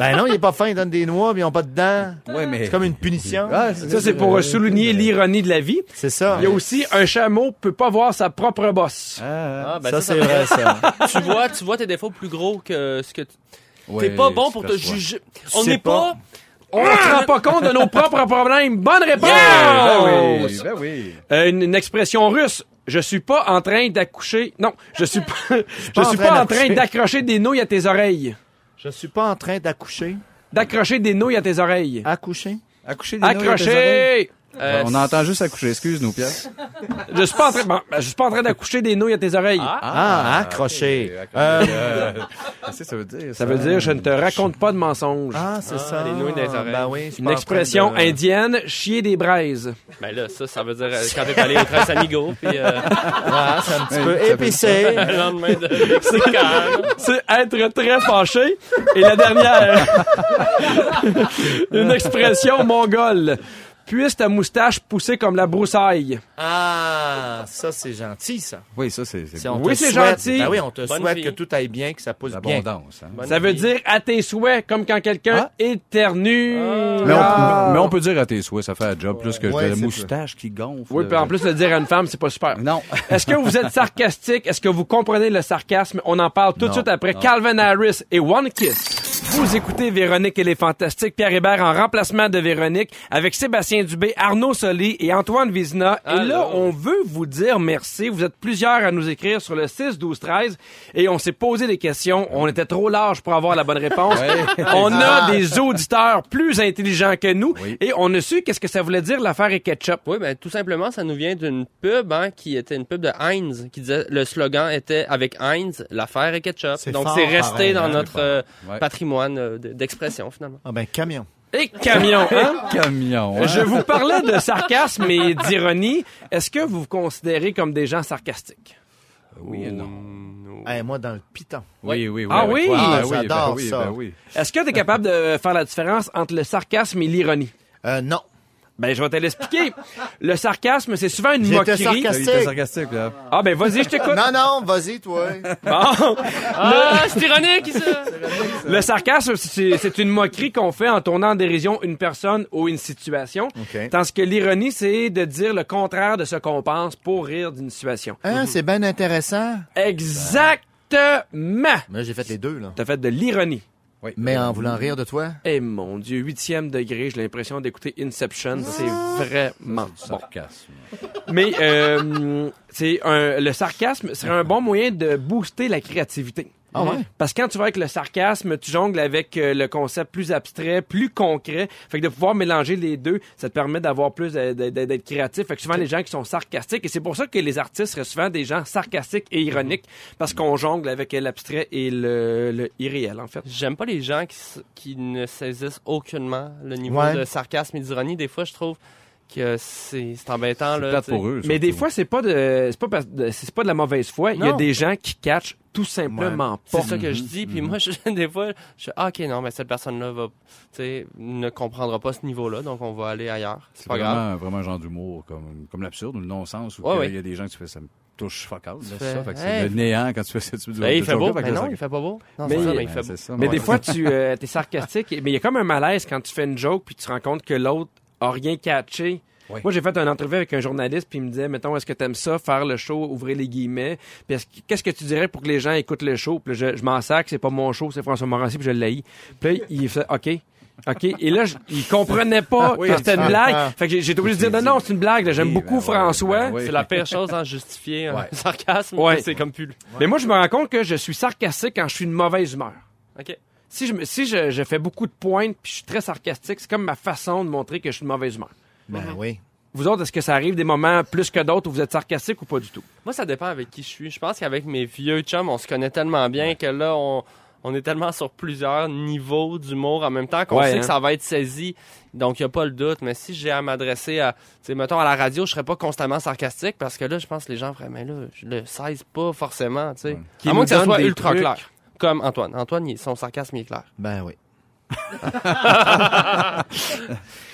[SPEAKER 2] Ben non, il est pas fin, il donne des noix, mais ils ont pas de dents.
[SPEAKER 4] Ouais, mais.
[SPEAKER 2] C'est comme une punition.
[SPEAKER 4] Ah,
[SPEAKER 1] Ça, c'est pour souligner l'ironie de la vie.
[SPEAKER 2] C'est ça.
[SPEAKER 1] Il y a aussi un chameau peut pas voir sa propre bosse.
[SPEAKER 4] Ah,
[SPEAKER 3] Ah, ben
[SPEAKER 2] ça,
[SPEAKER 3] ça, ça
[SPEAKER 2] c'est vrai, ça.
[SPEAKER 3] tu vois, tu vois tes défauts plus gros que ce que tu-
[SPEAKER 4] ouais,
[SPEAKER 3] T'es pas bon pour
[SPEAKER 4] tu
[SPEAKER 3] te
[SPEAKER 4] perçois.
[SPEAKER 3] juger. On
[SPEAKER 2] sais
[SPEAKER 3] n'est pas.
[SPEAKER 1] On ne se rend pas compte de nos propres problèmes. Bonne réponse!
[SPEAKER 4] Ben oui, ben oui.
[SPEAKER 1] Euh, une, une expression russe. Je suis pas en train d'accoucher. Non, je suis pas, je
[SPEAKER 2] pas
[SPEAKER 1] suis
[SPEAKER 2] en
[SPEAKER 1] pas
[SPEAKER 2] train
[SPEAKER 1] en train
[SPEAKER 2] d'accoucher.
[SPEAKER 1] d'accrocher des nouilles à tes oreilles.
[SPEAKER 2] Je suis pas en train d'accoucher.
[SPEAKER 1] D'accrocher des nouilles à tes oreilles.
[SPEAKER 2] Ah, Accoucher?
[SPEAKER 4] Accoucher des noix et tes
[SPEAKER 1] Accrocher!
[SPEAKER 4] oreilles.
[SPEAKER 3] euh,
[SPEAKER 4] On entend juste accoucher. Excuse-nous, Pierre.
[SPEAKER 1] Je suis pas en train, bon, ben, je suis pas en train d'accoucher des nouilles à tes oreilles.
[SPEAKER 2] Ah, accrocher.
[SPEAKER 4] Accrocher. Euh, Qu'est-ce que ça veut dire?
[SPEAKER 1] Ça veut dire je ne te raconte pas de mensonges.
[SPEAKER 2] Ah, c'est ça.
[SPEAKER 3] les nouilles dans les oreilles.
[SPEAKER 2] Ben oui, je suis
[SPEAKER 1] Une
[SPEAKER 2] pas en train
[SPEAKER 1] expression
[SPEAKER 2] de- euh,
[SPEAKER 1] indienne, chier des braises.
[SPEAKER 3] Ben là, ça, ça veut dire euh, quand t'es allé au Tres Amigos puis euh,
[SPEAKER 2] Ah, c'est un petit peu épicé.
[SPEAKER 3] le lendemain de Mexicain.
[SPEAKER 1] C'est être très fâché. Et la dernière, une expression mongole. Puisse ta moustache pousser comme la broussaille.
[SPEAKER 2] Ah, ça, c'est gentil, ça.
[SPEAKER 4] Oui, ça, c'est c'est
[SPEAKER 2] Si on
[SPEAKER 1] Oui,
[SPEAKER 2] te
[SPEAKER 1] c'est
[SPEAKER 2] souhaite-
[SPEAKER 1] gentil.
[SPEAKER 2] Ben oui, on te
[SPEAKER 3] Bonne
[SPEAKER 2] souhaite
[SPEAKER 3] vie.
[SPEAKER 2] que tout aille bien, que ça pousse bien.
[SPEAKER 4] l'abondance. hein.
[SPEAKER 3] Bonne
[SPEAKER 1] Ça veut
[SPEAKER 3] vie.
[SPEAKER 1] dire à tes souhaits, comme quand quelqu'un
[SPEAKER 4] Ah.
[SPEAKER 1] éternue.
[SPEAKER 4] Mais
[SPEAKER 1] Ah.
[SPEAKER 4] on, mais on peut dire à tes souhaits, ça fait un job plus que
[SPEAKER 2] Ouais,
[SPEAKER 4] de
[SPEAKER 2] c'est
[SPEAKER 4] moustache qui gonfle.
[SPEAKER 1] Oui, puis en plus, le dire à une femme, c'est pas super.
[SPEAKER 4] Non.
[SPEAKER 1] Est-ce que vous êtes sarcastique? Est-ce que vous comprenez le sarcasme? On en parle tout de suite après Calvin Harris et One Kiss. Vous écoutez Véronique et les Fantastiques. Pierre Hébert en remplacement de Véronique avec Sébastien Dubé, Arnaud Soli et Antoine Vizina. Et là,
[SPEAKER 3] Alors.
[SPEAKER 1] on veut vous dire merci. Vous êtes plusieurs à nous écrire sur le 6, 12, 13 et on s'est posé des questions. On était trop large pour avoir la bonne réponse. On a des auditeurs plus intelligents que nous
[SPEAKER 4] Oui.
[SPEAKER 1] et on a su qu'est-ce que ça voulait dire l'affaire et ketchup.
[SPEAKER 3] Oui, ben tout simplement, ça nous vient d'une pub hein, qui était une pub de Heinz qui disait le slogan était avec Heinz, l'affaire est ketchup.
[SPEAKER 2] C'est
[SPEAKER 3] Donc
[SPEAKER 2] fort,
[SPEAKER 3] c'est resté
[SPEAKER 2] pareil,
[SPEAKER 3] dans
[SPEAKER 2] hein,
[SPEAKER 3] notre
[SPEAKER 4] c'est
[SPEAKER 3] euh,
[SPEAKER 4] Ouais.
[SPEAKER 3] patrimoine euh, d- d'expression finalement.
[SPEAKER 2] Ah ben, camion.
[SPEAKER 1] Et camion, hein?
[SPEAKER 4] Camion. hein?
[SPEAKER 1] Je vous parlais de sarcasme et d'ironie. Est-ce que vous vous considérez comme des gens sarcastiques?
[SPEAKER 4] Oui, et non.
[SPEAKER 2] Eh, moi, dans le piton.
[SPEAKER 4] Oui, oui, oui.
[SPEAKER 1] Ah
[SPEAKER 4] avec
[SPEAKER 1] oui?
[SPEAKER 4] toi.
[SPEAKER 2] Ah,
[SPEAKER 4] Ben oui,
[SPEAKER 2] j'adore
[SPEAKER 4] ben oui,
[SPEAKER 2] ça.
[SPEAKER 4] ben oui.
[SPEAKER 1] Est-ce que tu es capable de faire la différence entre le sarcasme et l'ironie?
[SPEAKER 2] Euh, non.
[SPEAKER 1] Ben, je vais te l'expliquer. Le sarcasme, c'est souvent une
[SPEAKER 2] J'étais
[SPEAKER 1] moquerie.
[SPEAKER 2] sarcastique.
[SPEAKER 4] Il était sarcastique, là.
[SPEAKER 1] Ah, ben, vas-y, je t'écoute.
[SPEAKER 2] Non, non, vas-y, toi.
[SPEAKER 1] Bon.
[SPEAKER 3] Ah, c'est ironique ça.
[SPEAKER 1] Le sarcasme, c'est c'est une moquerie qu'on fait en tournant en dérision une personne ou une situation.
[SPEAKER 2] OK.
[SPEAKER 1] Tandis que l'ironie, c'est de dire le contraire de ce qu'on pense pour rire d'une situation.
[SPEAKER 2] Hein, c'est bien intéressant.
[SPEAKER 1] Exactement!
[SPEAKER 2] Mais là, j'ai fait les deux, là.
[SPEAKER 1] T'as fait de l'ironie.
[SPEAKER 4] Oui.
[SPEAKER 2] Mais en voulant rire de toi?
[SPEAKER 1] Eh mon Dieu, huitième degré, j'ai l'impression d'écouter Inception.
[SPEAKER 2] Ah.
[SPEAKER 1] C'est vraiment bon.
[SPEAKER 4] Sarcasme.
[SPEAKER 1] Mais euh, c'est un, le sarcasme serait un bon moyen de booster la créativité.
[SPEAKER 2] Ah ouais?
[SPEAKER 1] Parce que quand tu vas avec le sarcasme, tu jongles avec euh, le concept plus abstrait, plus concret. Fait que de pouvoir mélanger les deux, ça te permet d'avoir plus euh, d'- d'- d'être créatif. Fait que souvent les gens qui sont sarcastiques et c'est pour ça que les artistes seraient souvent des gens sarcastiques et ironiques parce qu'on jongle avec euh, l'abstrait et le, le irréel en fait.
[SPEAKER 3] J'aime pas les gens qui, s- qui ne saisissent aucunement le niveau
[SPEAKER 2] Ouais.
[SPEAKER 3] de sarcasme et d'ironie. Des fois, je trouve que c'est c'est embêtant. là,
[SPEAKER 4] Plate
[SPEAKER 3] tu sais.
[SPEAKER 4] pour eux.
[SPEAKER 1] Mais des
[SPEAKER 4] surtout.
[SPEAKER 1] fois, c'est pas de, c'est pas parce- de- c'est pas de la mauvaise foi. Il y a
[SPEAKER 3] Non.
[SPEAKER 1] des gens qui catchent tout simplement
[SPEAKER 3] C'est
[SPEAKER 1] pas.
[SPEAKER 3] ça que je
[SPEAKER 4] Mhm.
[SPEAKER 3] dis. Puis moi, je, des fois, je suis ah, OK, non, mais cette personne-là va, tu sais, ne comprendra pas ce niveau-là, donc on va aller ailleurs. C'est
[SPEAKER 4] C'est
[SPEAKER 3] pas
[SPEAKER 4] vraiment,
[SPEAKER 3] grave.
[SPEAKER 4] vraiment un genre d'humour, comme, comme l'absurde ou le non-sens. Où
[SPEAKER 3] Ouais,
[SPEAKER 4] que
[SPEAKER 3] ouais.
[SPEAKER 4] Il y a des gens qui fais ça me touche focal. C'est
[SPEAKER 3] fais,
[SPEAKER 4] ça, fait que c'est
[SPEAKER 3] hey,
[SPEAKER 4] le néant quand tu fais ça. Tu
[SPEAKER 3] Ben, il fait beau. Mais non, il fait pas beau. Non,
[SPEAKER 1] Mais-
[SPEAKER 3] c'est ça,
[SPEAKER 1] mais
[SPEAKER 3] mais il fait beau.
[SPEAKER 1] Mais des fois, tu es sarcastique, et- mais il y a comme un malaise quand tu fais une joke puis tu te rends compte que l'autre a rien catché.
[SPEAKER 4] Ouais.
[SPEAKER 1] Moi, j'ai fait une entrevue avec un journaliste puis il me disait, mettons, est-ce que t'aimes ça, faire le show, ouvrir les guillemets, puis est-ce que- qu'est-ce que tu dirais pour que les gens écoutent le show? Puis là, je, je m'en sacre, c'est pas mon show, c'est François Morancy, puis je l'ai. Puis là, il fait, OK. OK. Et là, je- il comprenait pas
[SPEAKER 4] Oui,
[SPEAKER 1] que c'était une
[SPEAKER 2] tu
[SPEAKER 1] blague.
[SPEAKER 2] comprends.
[SPEAKER 1] Fait que j'ai- j'ai été obligé de dire, non, non, c'est une blague, là, j'aime
[SPEAKER 4] Oui,
[SPEAKER 1] beaucoup
[SPEAKER 4] ben ouais, ben
[SPEAKER 1] François.
[SPEAKER 4] ouais.
[SPEAKER 3] C'est la pire chose, hein, justifier un
[SPEAKER 4] Ouais.
[SPEAKER 3] sarcasme.
[SPEAKER 1] Ouais.
[SPEAKER 3] C'est comme plus.
[SPEAKER 1] Mais moi, je me rends compte que je suis sarcastique quand je suis de mauvaise humeur.
[SPEAKER 3] OK.
[SPEAKER 1] Si je, me- si je, je fais beaucoup de pointes puis je suis très sarcastique, c'est comme ma façon de montrer que je suis de mauvaise humeur.
[SPEAKER 2] Ben oui.
[SPEAKER 1] Vous autres, est-ce que ça arrive des moments plus que d'autres où vous êtes sarcastique ou pas du tout?
[SPEAKER 3] Moi, ça dépend avec qui je suis. Je pense qu'avec mes vieux chums, on se connaît tellement bien que là, on, on est tellement sur plusieurs niveaux d'humour en même temps qu'on
[SPEAKER 1] Ouais,
[SPEAKER 3] sait
[SPEAKER 1] hein.
[SPEAKER 3] que ça va être saisi. Donc, il n'y a pas le doute. Mais si j'ai à m'adresser à, tu sais, mettons, à la radio, je serais pas constamment sarcastique parce que là, je pense que les gens, vraiment, là, je le sais pas forcément, tu sais.
[SPEAKER 1] Qui
[SPEAKER 3] À moins
[SPEAKER 1] nous
[SPEAKER 3] que ça
[SPEAKER 1] donne
[SPEAKER 3] soit
[SPEAKER 1] des
[SPEAKER 3] ultra
[SPEAKER 1] trucs.
[SPEAKER 3] clair. Comme Antoine. Antoine, il- son sarcasme il est clair.
[SPEAKER 2] Ben oui.
[SPEAKER 4] Moi,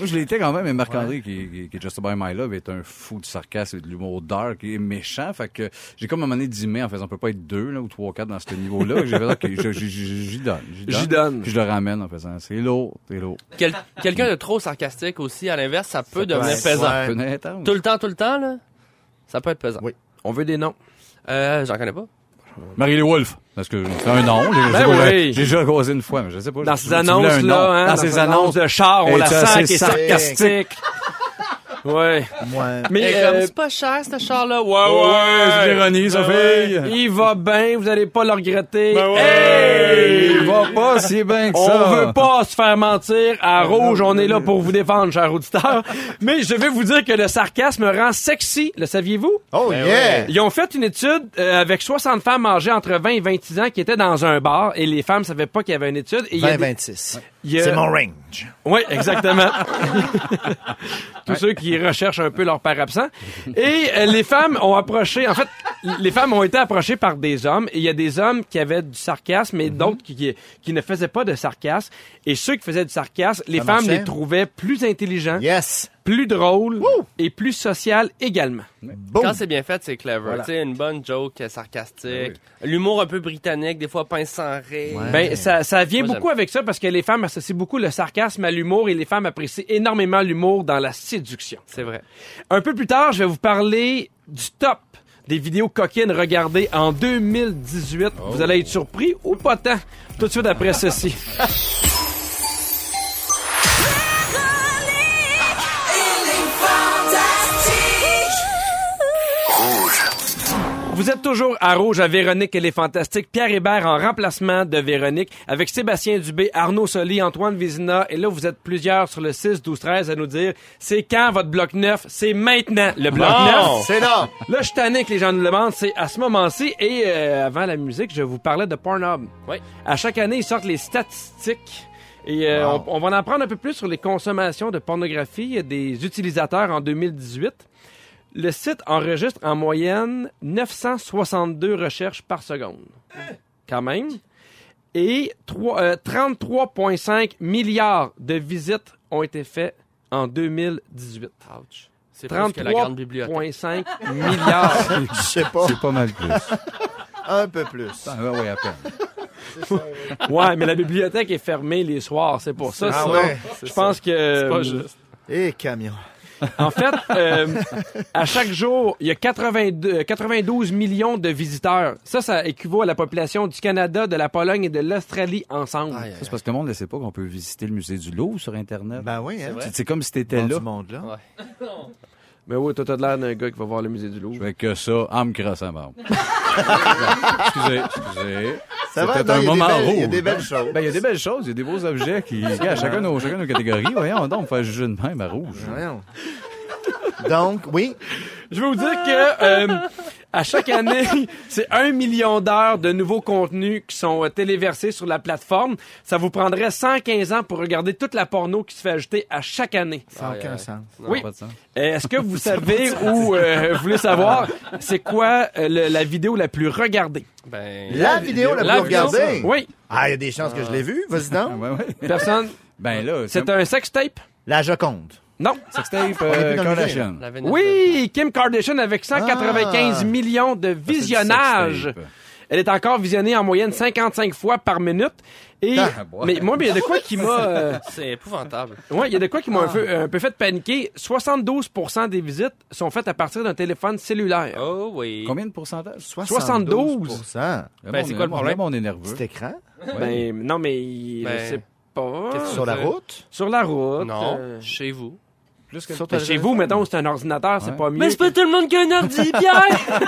[SPEAKER 4] je l'étais quand même, mais Marc-André, qui, qui, qui est Just About My Love, est un fou de sarcasme et de l'humour dark et méchant. Fait que j'ai comme à un moment donné dit, mais en faisant, on peut pas être deux là, ou trois, quatre dans ce niveau-là. J'ai fait, OK, je- je- je- j'y donne.
[SPEAKER 1] J'y donne.
[SPEAKER 4] Puis je le ramène en faisant, c'est lourd, c'est lourd.
[SPEAKER 3] Quel- Quelqu'un de trop sarcastique aussi, à l'inverse, ça peut devenir
[SPEAKER 2] être-
[SPEAKER 3] pesant.
[SPEAKER 2] Ouais.
[SPEAKER 4] C'est intense.
[SPEAKER 3] Tout le temps, tout le temps, là, ça peut être pesant.
[SPEAKER 2] Oui.
[SPEAKER 1] On veut des noms.
[SPEAKER 3] Euh, j'en connais pas.
[SPEAKER 4] Marie-Lé Wolfe. Parce que c'est un nom. J'ai
[SPEAKER 1] Ben
[SPEAKER 4] j'ai-
[SPEAKER 1] oui.
[SPEAKER 4] j'ai déjà causé une fois, mais je sais pas.
[SPEAKER 1] Dans
[SPEAKER 4] je-
[SPEAKER 1] ces
[SPEAKER 4] je- tu voulais un nom.
[SPEAKER 1] annonces-là, hein,
[SPEAKER 4] Dans ces annonces.
[SPEAKER 1] de char, on
[SPEAKER 4] Et
[SPEAKER 1] la
[SPEAKER 4] ça,
[SPEAKER 1] sent
[SPEAKER 4] c'est
[SPEAKER 1] qui est sarcastique. ouais.
[SPEAKER 2] Moi.
[SPEAKER 3] Et
[SPEAKER 1] Mais
[SPEAKER 3] Eh, comme,
[SPEAKER 1] euh,
[SPEAKER 3] c'est pas cher, ce char-là. Ouais,
[SPEAKER 4] Ouais, Oh, c'est de
[SPEAKER 3] ouais.
[SPEAKER 4] l'ironie, Sophie.
[SPEAKER 1] il va bien, vous allez pas le regretter.
[SPEAKER 4] Ben Hey!
[SPEAKER 1] Hey!
[SPEAKER 4] Il va pas si bien que
[SPEAKER 1] On
[SPEAKER 4] ça.
[SPEAKER 1] veut pas se faire mentir.
[SPEAKER 2] Ben
[SPEAKER 1] À rouge, on est là pour vous défendre, chers auditeurs. Mais je vais vous dire que le sarcasme rend sexy. Le saviez-vous?
[SPEAKER 2] Oh yeah!
[SPEAKER 1] Ils ont fait une étude euh, avec 60 femmes âgées entre 20 et 26 ans qui étaient dans un bar et les femmes savaient pas qu'il y avait une étude. Et il y a des-
[SPEAKER 2] 20-26.
[SPEAKER 1] Ben il y a-
[SPEAKER 2] Ben, C'est mon range.
[SPEAKER 1] Oui, exactement. Tous ceux qui recherchent un peu leur père absent. Et euh, les femmes ont approché, en fait, les femmes ont été approchées par des hommes. Et il y a des hommes qui avaient du sarcasme
[SPEAKER 2] Mhm.
[SPEAKER 1] et d'autres qui, qui, qui ne faisaient pas de sarcasme. Et ceux qui faisaient du sarcasme, les
[SPEAKER 2] Ça
[SPEAKER 1] femmes
[SPEAKER 2] marchait?
[SPEAKER 1] les trouvaient plus intelligents,
[SPEAKER 2] Yes!
[SPEAKER 1] plus drôles et plus sociales également.
[SPEAKER 2] Boom!
[SPEAKER 3] Quand c'est bien fait, c'est clever. Tu sais, une bonne joke euh, sarcastique. L'humour un peu britannique, des fois pince sans rire.
[SPEAKER 2] Ben Ouais.
[SPEAKER 1] Ben, ça, ça vient
[SPEAKER 3] Ah, Moi, j'aime.
[SPEAKER 1] beaucoup avec ça parce que les femmes associent beaucoup le sarcasme à l'humour et les femmes apprécient énormément l'humour dans la séduction.
[SPEAKER 3] C'est vrai.
[SPEAKER 1] Un peu plus tard, je vais vous parler du top des vidéos coquines regardées en 2018.
[SPEAKER 3] Oh.
[SPEAKER 1] Vous allez être surpris ou pas tant. Tout de suite après ceci. Vous êtes toujours à Rouge à Véronique et les Fantastiques. Pierre Hébert en remplacement de Véronique avec Sébastien Dubé, Arnaud Soli, Antoine Vézina. Et là, vous êtes plusieurs sur le 6, 12, 13 à nous dire c'est quand votre bloc 9 C'est maintenant le bloc
[SPEAKER 3] Bon.
[SPEAKER 1] 9.
[SPEAKER 2] C'est là.
[SPEAKER 1] Là, je suis tanné que les gens nous le demandent, c'est à ce moment-ci. Et euh, avant la musique, je vous parlais de Pornhub.
[SPEAKER 3] Oui.
[SPEAKER 1] À chaque année, ils sortent les statistiques. Et euh,
[SPEAKER 2] Wow.
[SPEAKER 1] on, on va en apprendre un peu plus sur les consommations de pornographie des utilisateurs en 2018. Le site enregistre en moyenne 962 recherches par seconde. Quand même. Et trois- euh, 33,5 milliards de visites ont été faites en 2018.
[SPEAKER 3] Ouch. C'est plus que la grande bibliothèque.
[SPEAKER 1] 33,5 milliards.
[SPEAKER 2] Je sais pas.
[SPEAKER 4] C'est pas mal plus.
[SPEAKER 2] Un peu plus.
[SPEAKER 4] Ah, ouais, à peine.
[SPEAKER 1] Ouais, mais la bibliothèque est fermée les soirs, c'est pour ça.
[SPEAKER 2] Ah
[SPEAKER 1] sinon,
[SPEAKER 2] ouais.
[SPEAKER 1] Je pense que. euh,
[SPEAKER 3] C'est pas juste.
[SPEAKER 2] Et camion.
[SPEAKER 1] En fait, euh, à chaque jour, il y a 82, euh, 92 millions de visiteurs. Ça, ça équivaut à la population du Canada, de la Pologne et de l'Australie ensemble.
[SPEAKER 4] Ça, c'est parce que le monde ne sait pas qu'on peut visiter le musée du Louvre sur Internet.
[SPEAKER 2] Ben oui, hein.
[SPEAKER 4] C'est- c'est comme si t'étais
[SPEAKER 2] Dans
[SPEAKER 4] là.
[SPEAKER 2] du monde, là.
[SPEAKER 1] Mais oui, toi, t'as de l'air d'un gars qui va voir le musée du
[SPEAKER 4] Je
[SPEAKER 1] Louvre.
[SPEAKER 4] fais que ça en me crossant membre. excusez, excusez.
[SPEAKER 2] Ça va,
[SPEAKER 4] C'était un
[SPEAKER 2] non, il y a
[SPEAKER 4] moment
[SPEAKER 2] des belles- Il y a
[SPEAKER 4] rouge.
[SPEAKER 2] des belles choses.
[SPEAKER 4] Ben, il y a des belles choses, il y a des beaux objets qui. Regarde, chacun, nos, chacun nos catégories. Voyons donc, on fait juger de même à rouge.
[SPEAKER 2] Voyons. Donc, oui,
[SPEAKER 1] Je veux vous dire que euh, à chaque année, c'est un million d'heures de nouveaux contenus qui sont euh, téléversés sur la plateforme. Ça vous prendrait 115 ans pour regarder toute la porno qui se fait ajouter à chaque année.
[SPEAKER 2] ça n'a
[SPEAKER 3] Aïe,
[SPEAKER 2] aucun
[SPEAKER 3] aïe.
[SPEAKER 2] sens.
[SPEAKER 4] Ça n'a
[SPEAKER 1] Oui.
[SPEAKER 4] pas de sens.
[SPEAKER 1] Euh, Est-ce que vous savez ou euh, voulez savoir c'est quoi euh, le- la vidéo la plus regardée?
[SPEAKER 3] Ben,
[SPEAKER 2] La vidéo la
[SPEAKER 1] La
[SPEAKER 2] plus
[SPEAKER 1] vidéo-
[SPEAKER 2] regardée.
[SPEAKER 1] Oui,
[SPEAKER 2] Ah, il y a des chances que je l'ai vue, vas-y
[SPEAKER 4] Ah,
[SPEAKER 2] donc.
[SPEAKER 4] ouais, ouais.
[SPEAKER 1] personne.
[SPEAKER 4] Ben là,
[SPEAKER 1] C'est un sextape?
[SPEAKER 2] La Joconde.
[SPEAKER 1] Non.
[SPEAKER 4] sextape
[SPEAKER 2] est plus
[SPEAKER 4] euh,
[SPEAKER 2] dans le musée.
[SPEAKER 4] Kardashian.
[SPEAKER 3] la Vénus de-
[SPEAKER 1] Oui, Kim Kardashian avec 195
[SPEAKER 2] Ah.
[SPEAKER 1] millions de
[SPEAKER 4] C'est du
[SPEAKER 1] visionnages.
[SPEAKER 4] sextape.
[SPEAKER 1] Elle est encore visionnée en moyenne 55 fois par minute. Et,
[SPEAKER 4] Ah, boy.
[SPEAKER 1] mais moi, mais il y a de quoi qui m'a, euh,
[SPEAKER 3] C'est épouvantable.
[SPEAKER 1] ouais, il y a de quoi qui m'a un
[SPEAKER 4] Ah.
[SPEAKER 1] peu, un peu fait paniquer. 72% des visites sont faites à partir d'un téléphone cellulaire.
[SPEAKER 3] Oh oui.
[SPEAKER 4] Combien de pourcentage?
[SPEAKER 1] 72.
[SPEAKER 3] Ben, c'est quoi le problème?
[SPEAKER 4] Là, on est nerveux.
[SPEAKER 2] Petit écran.
[SPEAKER 4] Ah,
[SPEAKER 1] Ben, non, mais,
[SPEAKER 3] Ben,
[SPEAKER 1] je sais pas.
[SPEAKER 3] qu'est-ce que
[SPEAKER 2] Sur la
[SPEAKER 3] Euh,
[SPEAKER 2] route.
[SPEAKER 1] Sur la route.
[SPEAKER 3] Non,
[SPEAKER 1] euh,
[SPEAKER 3] chez vous.
[SPEAKER 4] Plus que
[SPEAKER 2] Sur
[SPEAKER 1] ben, chez vous, mettons, c'est un ordinateur, c'est
[SPEAKER 4] Ouais.
[SPEAKER 1] pas mieux.
[SPEAKER 3] tout le monde qui a un ordi, Pierre!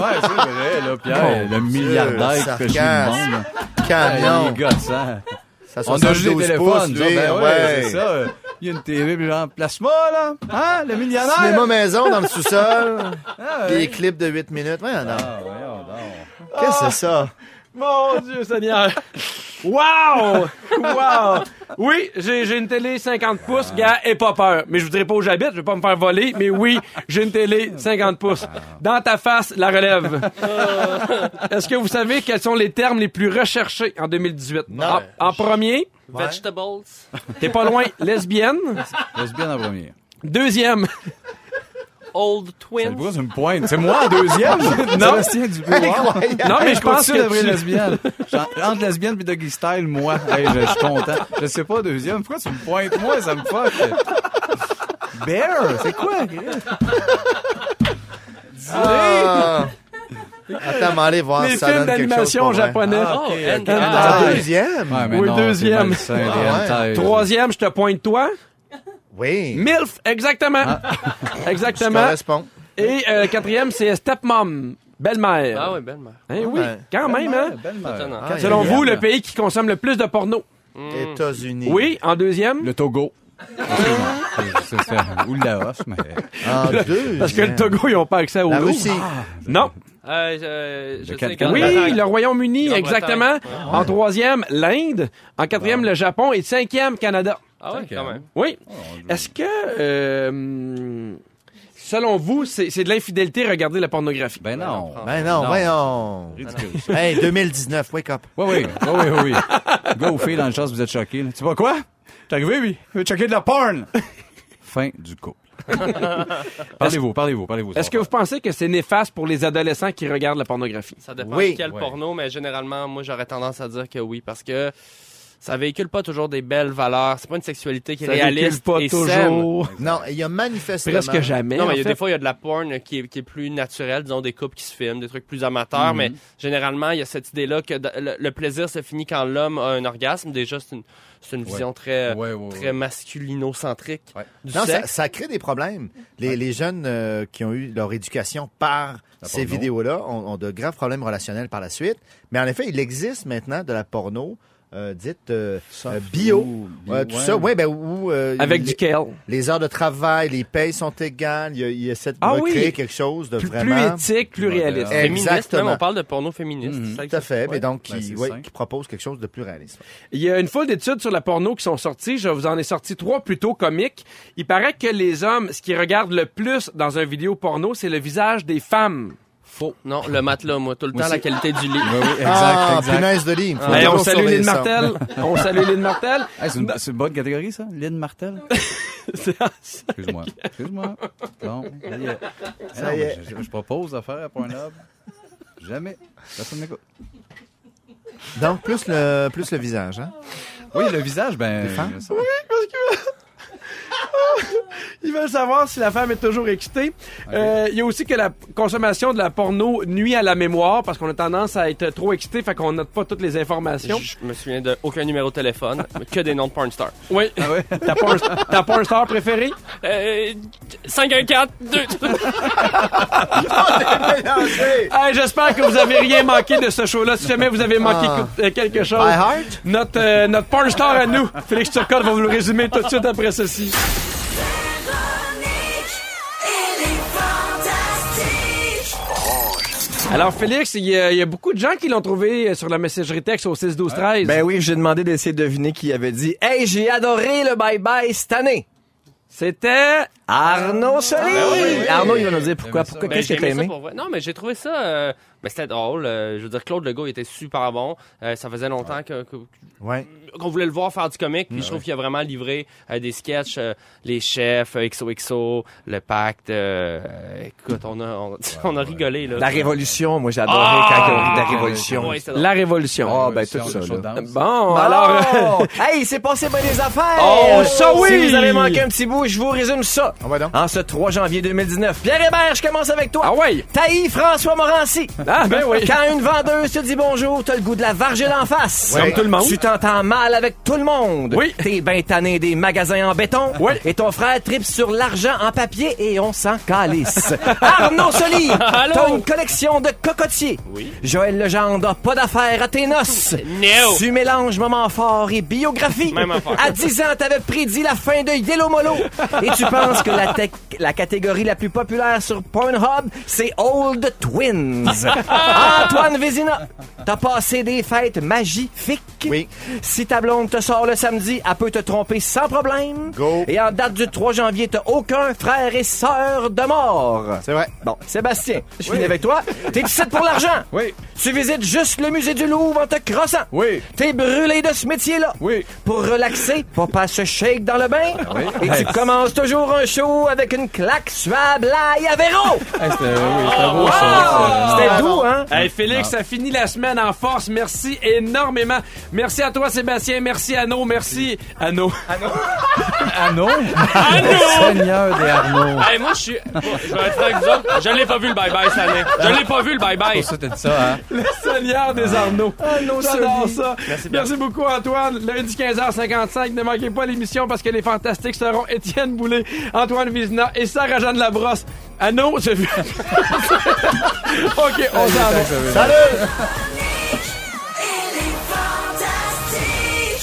[SPEAKER 4] Ouais, c'est vrai, là, Pierre, le milliardaire que je
[SPEAKER 2] sarcasme.
[SPEAKER 4] demande. Ah,
[SPEAKER 2] Camion.
[SPEAKER 4] les gars, ça.
[SPEAKER 2] Ça
[SPEAKER 4] On a juste des
[SPEAKER 2] 72
[SPEAKER 4] téléphones.
[SPEAKER 2] pouces,
[SPEAKER 4] genre,
[SPEAKER 2] lui,
[SPEAKER 4] ben ouais,
[SPEAKER 2] ouais.
[SPEAKER 4] c'est ça. euh, Il y a une TV, puis genre, place-moi, là. Hein, le millionnaire.
[SPEAKER 2] Cinéma maison dans le sous-sol.
[SPEAKER 4] Ah,
[SPEAKER 2] Des
[SPEAKER 4] ouais.
[SPEAKER 2] clips de 8 minutes. Ouais, non.
[SPEAKER 4] Ah, voyons donc.
[SPEAKER 2] Qu'est-ce que c'est ça?
[SPEAKER 1] Mon Dieu Seigneur! Wow! Wow! Oui, j'ai j'ai une télé 50 pouces, gars, et pas peur. Mais je vous dirai pas où j'habite, je vais pas me faire voler, mais oui, j'ai une télé 50 pouces. Dans ta face, la relève. Est-ce que vous savez quels sont les termes les plus recherchés en 2018?
[SPEAKER 2] Non.
[SPEAKER 1] En, en premier,
[SPEAKER 3] Vegetables.
[SPEAKER 1] t'es pas loin, lesbienne.
[SPEAKER 4] Lesbienne en premier.
[SPEAKER 1] Deuxième,
[SPEAKER 3] Old
[SPEAKER 4] C'est
[SPEAKER 3] twins.
[SPEAKER 4] pourquoi tu me pointes? C'est moi en deuxième?
[SPEAKER 1] Non.
[SPEAKER 4] Sébastien Dubé.
[SPEAKER 1] non mais je pense
[SPEAKER 4] Continue d'appeler
[SPEAKER 1] que tu...
[SPEAKER 4] lesbienne. J'en- Entre lesbienne puis Doggy Style, moi, hey, je je suis content. Je sais pas, deuxième, pourquoi tu me pointes? Moi, ça me fuck. Bear, c'est quoi?
[SPEAKER 2] Ah. Attends, mais allez voir
[SPEAKER 1] les
[SPEAKER 2] ça
[SPEAKER 1] films
[SPEAKER 2] donne quelque chose
[SPEAKER 1] d'animation
[SPEAKER 2] pour Ah, moi.
[SPEAKER 1] japonais.
[SPEAKER 3] Oh, and
[SPEAKER 2] Ah,
[SPEAKER 1] Ah.
[SPEAKER 2] deuxième?
[SPEAKER 4] Ouais, mais
[SPEAKER 1] Oui,
[SPEAKER 4] non,
[SPEAKER 1] deuxième.
[SPEAKER 4] t'es malsain, les
[SPEAKER 2] Ah ouais.
[SPEAKER 4] hentai.
[SPEAKER 1] Troisième, je te pointe toi.
[SPEAKER 2] Oui.
[SPEAKER 1] MILF, exactement.
[SPEAKER 2] Ah. Ça
[SPEAKER 1] Exactement.
[SPEAKER 2] correspond.
[SPEAKER 1] Et euh, quatrième, c'est Stepmom, belle-mère.
[SPEAKER 3] Ah oui, belle-mère.
[SPEAKER 1] Hein, oui,
[SPEAKER 2] Ouais.
[SPEAKER 1] quand même, hein?
[SPEAKER 4] Belle-mère.
[SPEAKER 3] Étonnant.
[SPEAKER 2] Ah,
[SPEAKER 1] Selon
[SPEAKER 2] yeah.
[SPEAKER 1] vous, le pays qui consomme le plus de porno?
[SPEAKER 4] Hmm.
[SPEAKER 2] États-Unis.
[SPEAKER 1] Oui, en deuxième?
[SPEAKER 4] Le Togo. C'est ça. Ou le Laos, mais.
[SPEAKER 2] En deux.
[SPEAKER 1] Parce que le Togo, ils n'ont pas accès au
[SPEAKER 2] Ah, La
[SPEAKER 1] loup.
[SPEAKER 2] Russie.
[SPEAKER 4] Ah.
[SPEAKER 1] Non.
[SPEAKER 3] Euh, je- je
[SPEAKER 4] Le
[SPEAKER 3] sais
[SPEAKER 4] Canada.
[SPEAKER 3] quand-
[SPEAKER 1] Oui, le Royaume-Uni,
[SPEAKER 3] Grande-Bretagne.
[SPEAKER 1] exactement.
[SPEAKER 3] Ah.
[SPEAKER 1] En troisième, l'Inde. En quatrième, le Japon. Et cinquième, Canada.
[SPEAKER 3] Ah oui, quand même.
[SPEAKER 1] Oui. Est-ce que, euh, hum, selon vous, c'est c'est de l'infidélité regarder la pornographie?
[SPEAKER 4] Ben non.
[SPEAKER 2] Ben non,
[SPEAKER 4] Non.
[SPEAKER 2] voyons.
[SPEAKER 4] Ridicule.
[SPEAKER 2] Hey, 2019, wake up.
[SPEAKER 4] Oui, oui, oui, oui, oui, oui. Go aux filles dans le chasse, vous êtes choqués. là. Tu vois quoi? T'es arrivé, oui. Tu veux checker de la porn. Fin du couple. parlez-vous, parlez-vous, parlez-vous.
[SPEAKER 1] Est-ce que vous pensez que c'est néfaste pour les adolescents qui regardent la pornographie?
[SPEAKER 3] Ça dépend
[SPEAKER 2] Oui.
[SPEAKER 3] de quel
[SPEAKER 4] Ouais.
[SPEAKER 3] porno, mais généralement, moi, j'aurais tendance à dire que oui, parce que ça véhicule pas toujours des belles valeurs. C'est pas une sexualité qui est
[SPEAKER 1] Ça véhicule
[SPEAKER 3] réaliste
[SPEAKER 1] pas
[SPEAKER 3] et saine.
[SPEAKER 1] toujours.
[SPEAKER 2] Non, il y a manifestement.
[SPEAKER 1] Presque jamais.
[SPEAKER 3] Non,
[SPEAKER 1] en
[SPEAKER 3] mais il y a
[SPEAKER 1] fait.
[SPEAKER 3] des fois, il y a de la porn qui est, qui est plus naturelle, disons des couples qui se filment, des trucs plus amateurs, mais généralement, il y a cette idée-là que d- le, le plaisir se finit quand l'homme a un orgasme. Déjà, c'est une, c'est une
[SPEAKER 4] Ouais.
[SPEAKER 3] vision très,
[SPEAKER 4] Ouais, ouais, ouais.
[SPEAKER 3] très masculinocentrique
[SPEAKER 4] Ouais.
[SPEAKER 3] du
[SPEAKER 2] Non, ça,
[SPEAKER 3] sexe.
[SPEAKER 2] ça crée des problèmes. Les, les jeunes euh, qui ont eu leur éducation par
[SPEAKER 4] La
[SPEAKER 2] ces
[SPEAKER 4] porno.
[SPEAKER 2] vidéos-là ont, ont de graves problèmes relationnels par la suite. Mais en effet, il existe maintenant de la porno euh, dite euh,
[SPEAKER 4] Soft
[SPEAKER 2] euh, bio.
[SPEAKER 4] ou bio,
[SPEAKER 2] Ouais, tout
[SPEAKER 4] ouais.
[SPEAKER 2] ça, ouais, ben, où, euh,
[SPEAKER 1] Avec
[SPEAKER 2] les,
[SPEAKER 1] du kale.
[SPEAKER 2] les heures de travail, les payes sont égales. Il, y a- il essaie de
[SPEAKER 1] Ah oui.
[SPEAKER 2] recréer quelque chose de
[SPEAKER 1] Plus, plus
[SPEAKER 2] vraiment...
[SPEAKER 1] éthique, plus
[SPEAKER 4] Ouais,
[SPEAKER 1] réaliste.
[SPEAKER 2] euh,
[SPEAKER 3] Féministe,
[SPEAKER 2] Exactement.
[SPEAKER 3] même, on parle de porno féministe.
[SPEAKER 4] Mhm.
[SPEAKER 3] C'est ça que
[SPEAKER 2] tout à
[SPEAKER 3] ça-
[SPEAKER 2] fait, mais
[SPEAKER 3] ouais.
[SPEAKER 2] donc qui,
[SPEAKER 4] Ben, c'est
[SPEAKER 2] ouais,
[SPEAKER 4] sain.
[SPEAKER 2] qui propose quelque chose de plus réaliste.
[SPEAKER 1] Il y a une foule d'études sur la porno qui sont sorties. Je vous en ai sorti trois plutôt comiques. Il paraît que les hommes, ce qu'ils regardent le plus dans un vidéo porno, c'est le visage des femmes.
[SPEAKER 3] Faux. Non, le matelas, moi, tout le temps, la qualité du lit.
[SPEAKER 4] Ouais, ouais, exact,
[SPEAKER 2] ah,
[SPEAKER 4] exact.
[SPEAKER 2] punaise de lit. Faut
[SPEAKER 1] Hey, on
[SPEAKER 2] toujours
[SPEAKER 1] salue
[SPEAKER 2] surveiller
[SPEAKER 1] Lynn
[SPEAKER 2] ça.
[SPEAKER 1] Martel. on salue Lynn Martel.
[SPEAKER 4] Hey, c'est, une, c'est une bonne catégorie, ça? Lynn Martel? Excuse-moi. Excuse-moi. Non. Ça y est.
[SPEAKER 2] Ça
[SPEAKER 4] Non,
[SPEAKER 2] y
[SPEAKER 4] mais
[SPEAKER 2] est.
[SPEAKER 4] Je, je propose de faire à Pornhub. Jamais. Personne m'écoute.
[SPEAKER 2] Donc, plus le, plus le visage. Hein?
[SPEAKER 4] Oui, le visage, ben.
[SPEAKER 2] femmes?
[SPEAKER 4] ça-
[SPEAKER 1] Ils veulent savoir si la femme est toujours excitée. Euh, il y a aussi que la consommation de la porno nuit à la mémoire parce qu'on a tendance à être trop excité, fait qu'on note pas toutes les informations.
[SPEAKER 3] Je me souviens de aucun numéro de téléphone, mais que des noms de porn stars.
[SPEAKER 1] Oui. T'as pas, un- t'as pas un star préféré?
[SPEAKER 3] Euh, 514 2
[SPEAKER 1] Hey, J'espère que vous avez rien manqué de ce show-là. Si jamais vous avez manqué
[SPEAKER 2] Ah.
[SPEAKER 1] cou- euh, quelque chose,
[SPEAKER 2] By heart?
[SPEAKER 1] notre, euh, notre porn star à nous, Félix Turcotte, va vous le résumer tout de suite après ceci.
[SPEAKER 5] Elle est fantastique.
[SPEAKER 1] Alors, Félix, il y, a- il y a beaucoup de gens qui l'ont trouvé euh, sur la messagerie texte au 6-12-13.
[SPEAKER 6] Ben oui, j'ai demandé d'essayer de deviner qui avait dit Hey, j'ai adoré le bye-bye cette année.
[SPEAKER 1] C'était... Ben
[SPEAKER 6] Arnaud Soli! Arnaud, il va nous dire pourquoi.
[SPEAKER 4] J'aimais ça.
[SPEAKER 6] pourquoi
[SPEAKER 3] Ben,
[SPEAKER 6] Qu'est-ce que
[SPEAKER 3] j'ai
[SPEAKER 6] t'as
[SPEAKER 3] aimé ça
[SPEAKER 6] aimé?
[SPEAKER 3] pour vrai. Non, mais j'ai trouvé ça. euh, ben, c'était drôle. euh, je veux dire, Claude Legault il était super bon. Euh, ça faisait longtemps que- que-
[SPEAKER 2] Ouais.
[SPEAKER 3] qu'on voulait le voir faire du comique. Puis je trouve qu'il a vraiment livré euh, des sketchs. euh, les chefs, euh, XOXO, le pacte. euh, euh, écoute, on a, on, on a rigolé. Là.
[SPEAKER 1] Ah.
[SPEAKER 6] La Révolution, moi j'ai adoré quand il a dit la Révolution.
[SPEAKER 3] Ouais, c'était drôle.
[SPEAKER 1] La Révolution.
[SPEAKER 6] Ah, ben
[SPEAKER 4] Sur
[SPEAKER 6] tout ça,
[SPEAKER 4] le show de
[SPEAKER 6] là.
[SPEAKER 4] danse.
[SPEAKER 1] Bon,
[SPEAKER 6] Bon,
[SPEAKER 1] alors... euh,
[SPEAKER 6] alors, euh, hey, il s'est passé bien des affaires!
[SPEAKER 1] Oh, ça oui!
[SPEAKER 6] Si vous avez manqué un petit bout, je vous résume ça.
[SPEAKER 2] On va donc.
[SPEAKER 6] En ce 3 janvier 2019, Pierre Hébert, je commence avec toi.
[SPEAKER 1] Ah ouais?
[SPEAKER 6] Taï François Morancy.
[SPEAKER 1] Ah, ben oui.
[SPEAKER 6] Quand une vendeuse te dit bonjour, t'as le goût de la varger en face.
[SPEAKER 2] Ouais.
[SPEAKER 1] Comme tout le monde.
[SPEAKER 6] Tu t'entends mal avec tout le monde.
[SPEAKER 1] Oui.
[SPEAKER 6] T'es ben tanné des magasins en béton.
[SPEAKER 1] Oui.
[SPEAKER 6] Et ton frère tripe sur l'argent en papier et on s'en calisse. Arnaud Soli, t'as une collection de cocotiers. Oui. Joël Legendre, pas d'affaires à tes noces.
[SPEAKER 3] No.
[SPEAKER 6] Tu mélanges moments forts et biographie.
[SPEAKER 3] Même affaire.
[SPEAKER 6] À 10 ans, t'avais prédit la fin de Yellow Molo. Et tu penses que la, tec- la catégorie la plus populaire sur Pornhub, c'est Old Twins. Antoine Vézina, t'as passé des fêtes magnifiques.
[SPEAKER 2] Oui.
[SPEAKER 6] Si ta blonde te sort le samedi, elle peut te tromper sans problème.
[SPEAKER 2] Go.
[SPEAKER 6] Et en date du 3 janvier, t'as aucun frère et sœur de mort.
[SPEAKER 2] C'est vrai.
[SPEAKER 6] Bon, Sébastien, je finis avec toi. T'es petite pour l'argent.
[SPEAKER 4] Oui.
[SPEAKER 6] Tu visites juste le musée du Louvre en te crossant.
[SPEAKER 4] Oui.
[SPEAKER 6] T'es brûlé de ce métier-là.
[SPEAKER 4] Oui.
[SPEAKER 6] Pour relaxer, papa se shake dans le bain. Et tu commences toujours un show avec une claque suave l'ail à véro.
[SPEAKER 4] Hey, c'était, oui, c'était beau, ça.
[SPEAKER 6] Wow! C'était doux, hein?
[SPEAKER 1] Hey Félix, ça finit la semaine en force. Merci énormément. Merci à toi Sébastien, merci Anno, merci Anno.
[SPEAKER 4] Arnaud?
[SPEAKER 3] Allô?
[SPEAKER 4] Seigneur des Arnaud.
[SPEAKER 3] Hey, moi, je suis. Je vais être franc avec vous autres, Je l'ai pas vu le bye-bye cette année. Je l'ai pas vu le bye-bye. Ah,
[SPEAKER 4] Pour ça, t'as dit ça, hein?
[SPEAKER 1] Seigneur des Arnaud. J'adore ça. Merci,
[SPEAKER 3] Merci,
[SPEAKER 1] beaucoup Antoine. Lundi 15h55, ne manquez pas l'émission parce que les fantastiques seront Étienne Boulay, Antoine Vizina et Sarah-Jeanne Labrosse. Anno, je... OK, on s'en va.
[SPEAKER 5] Elle est fantastique.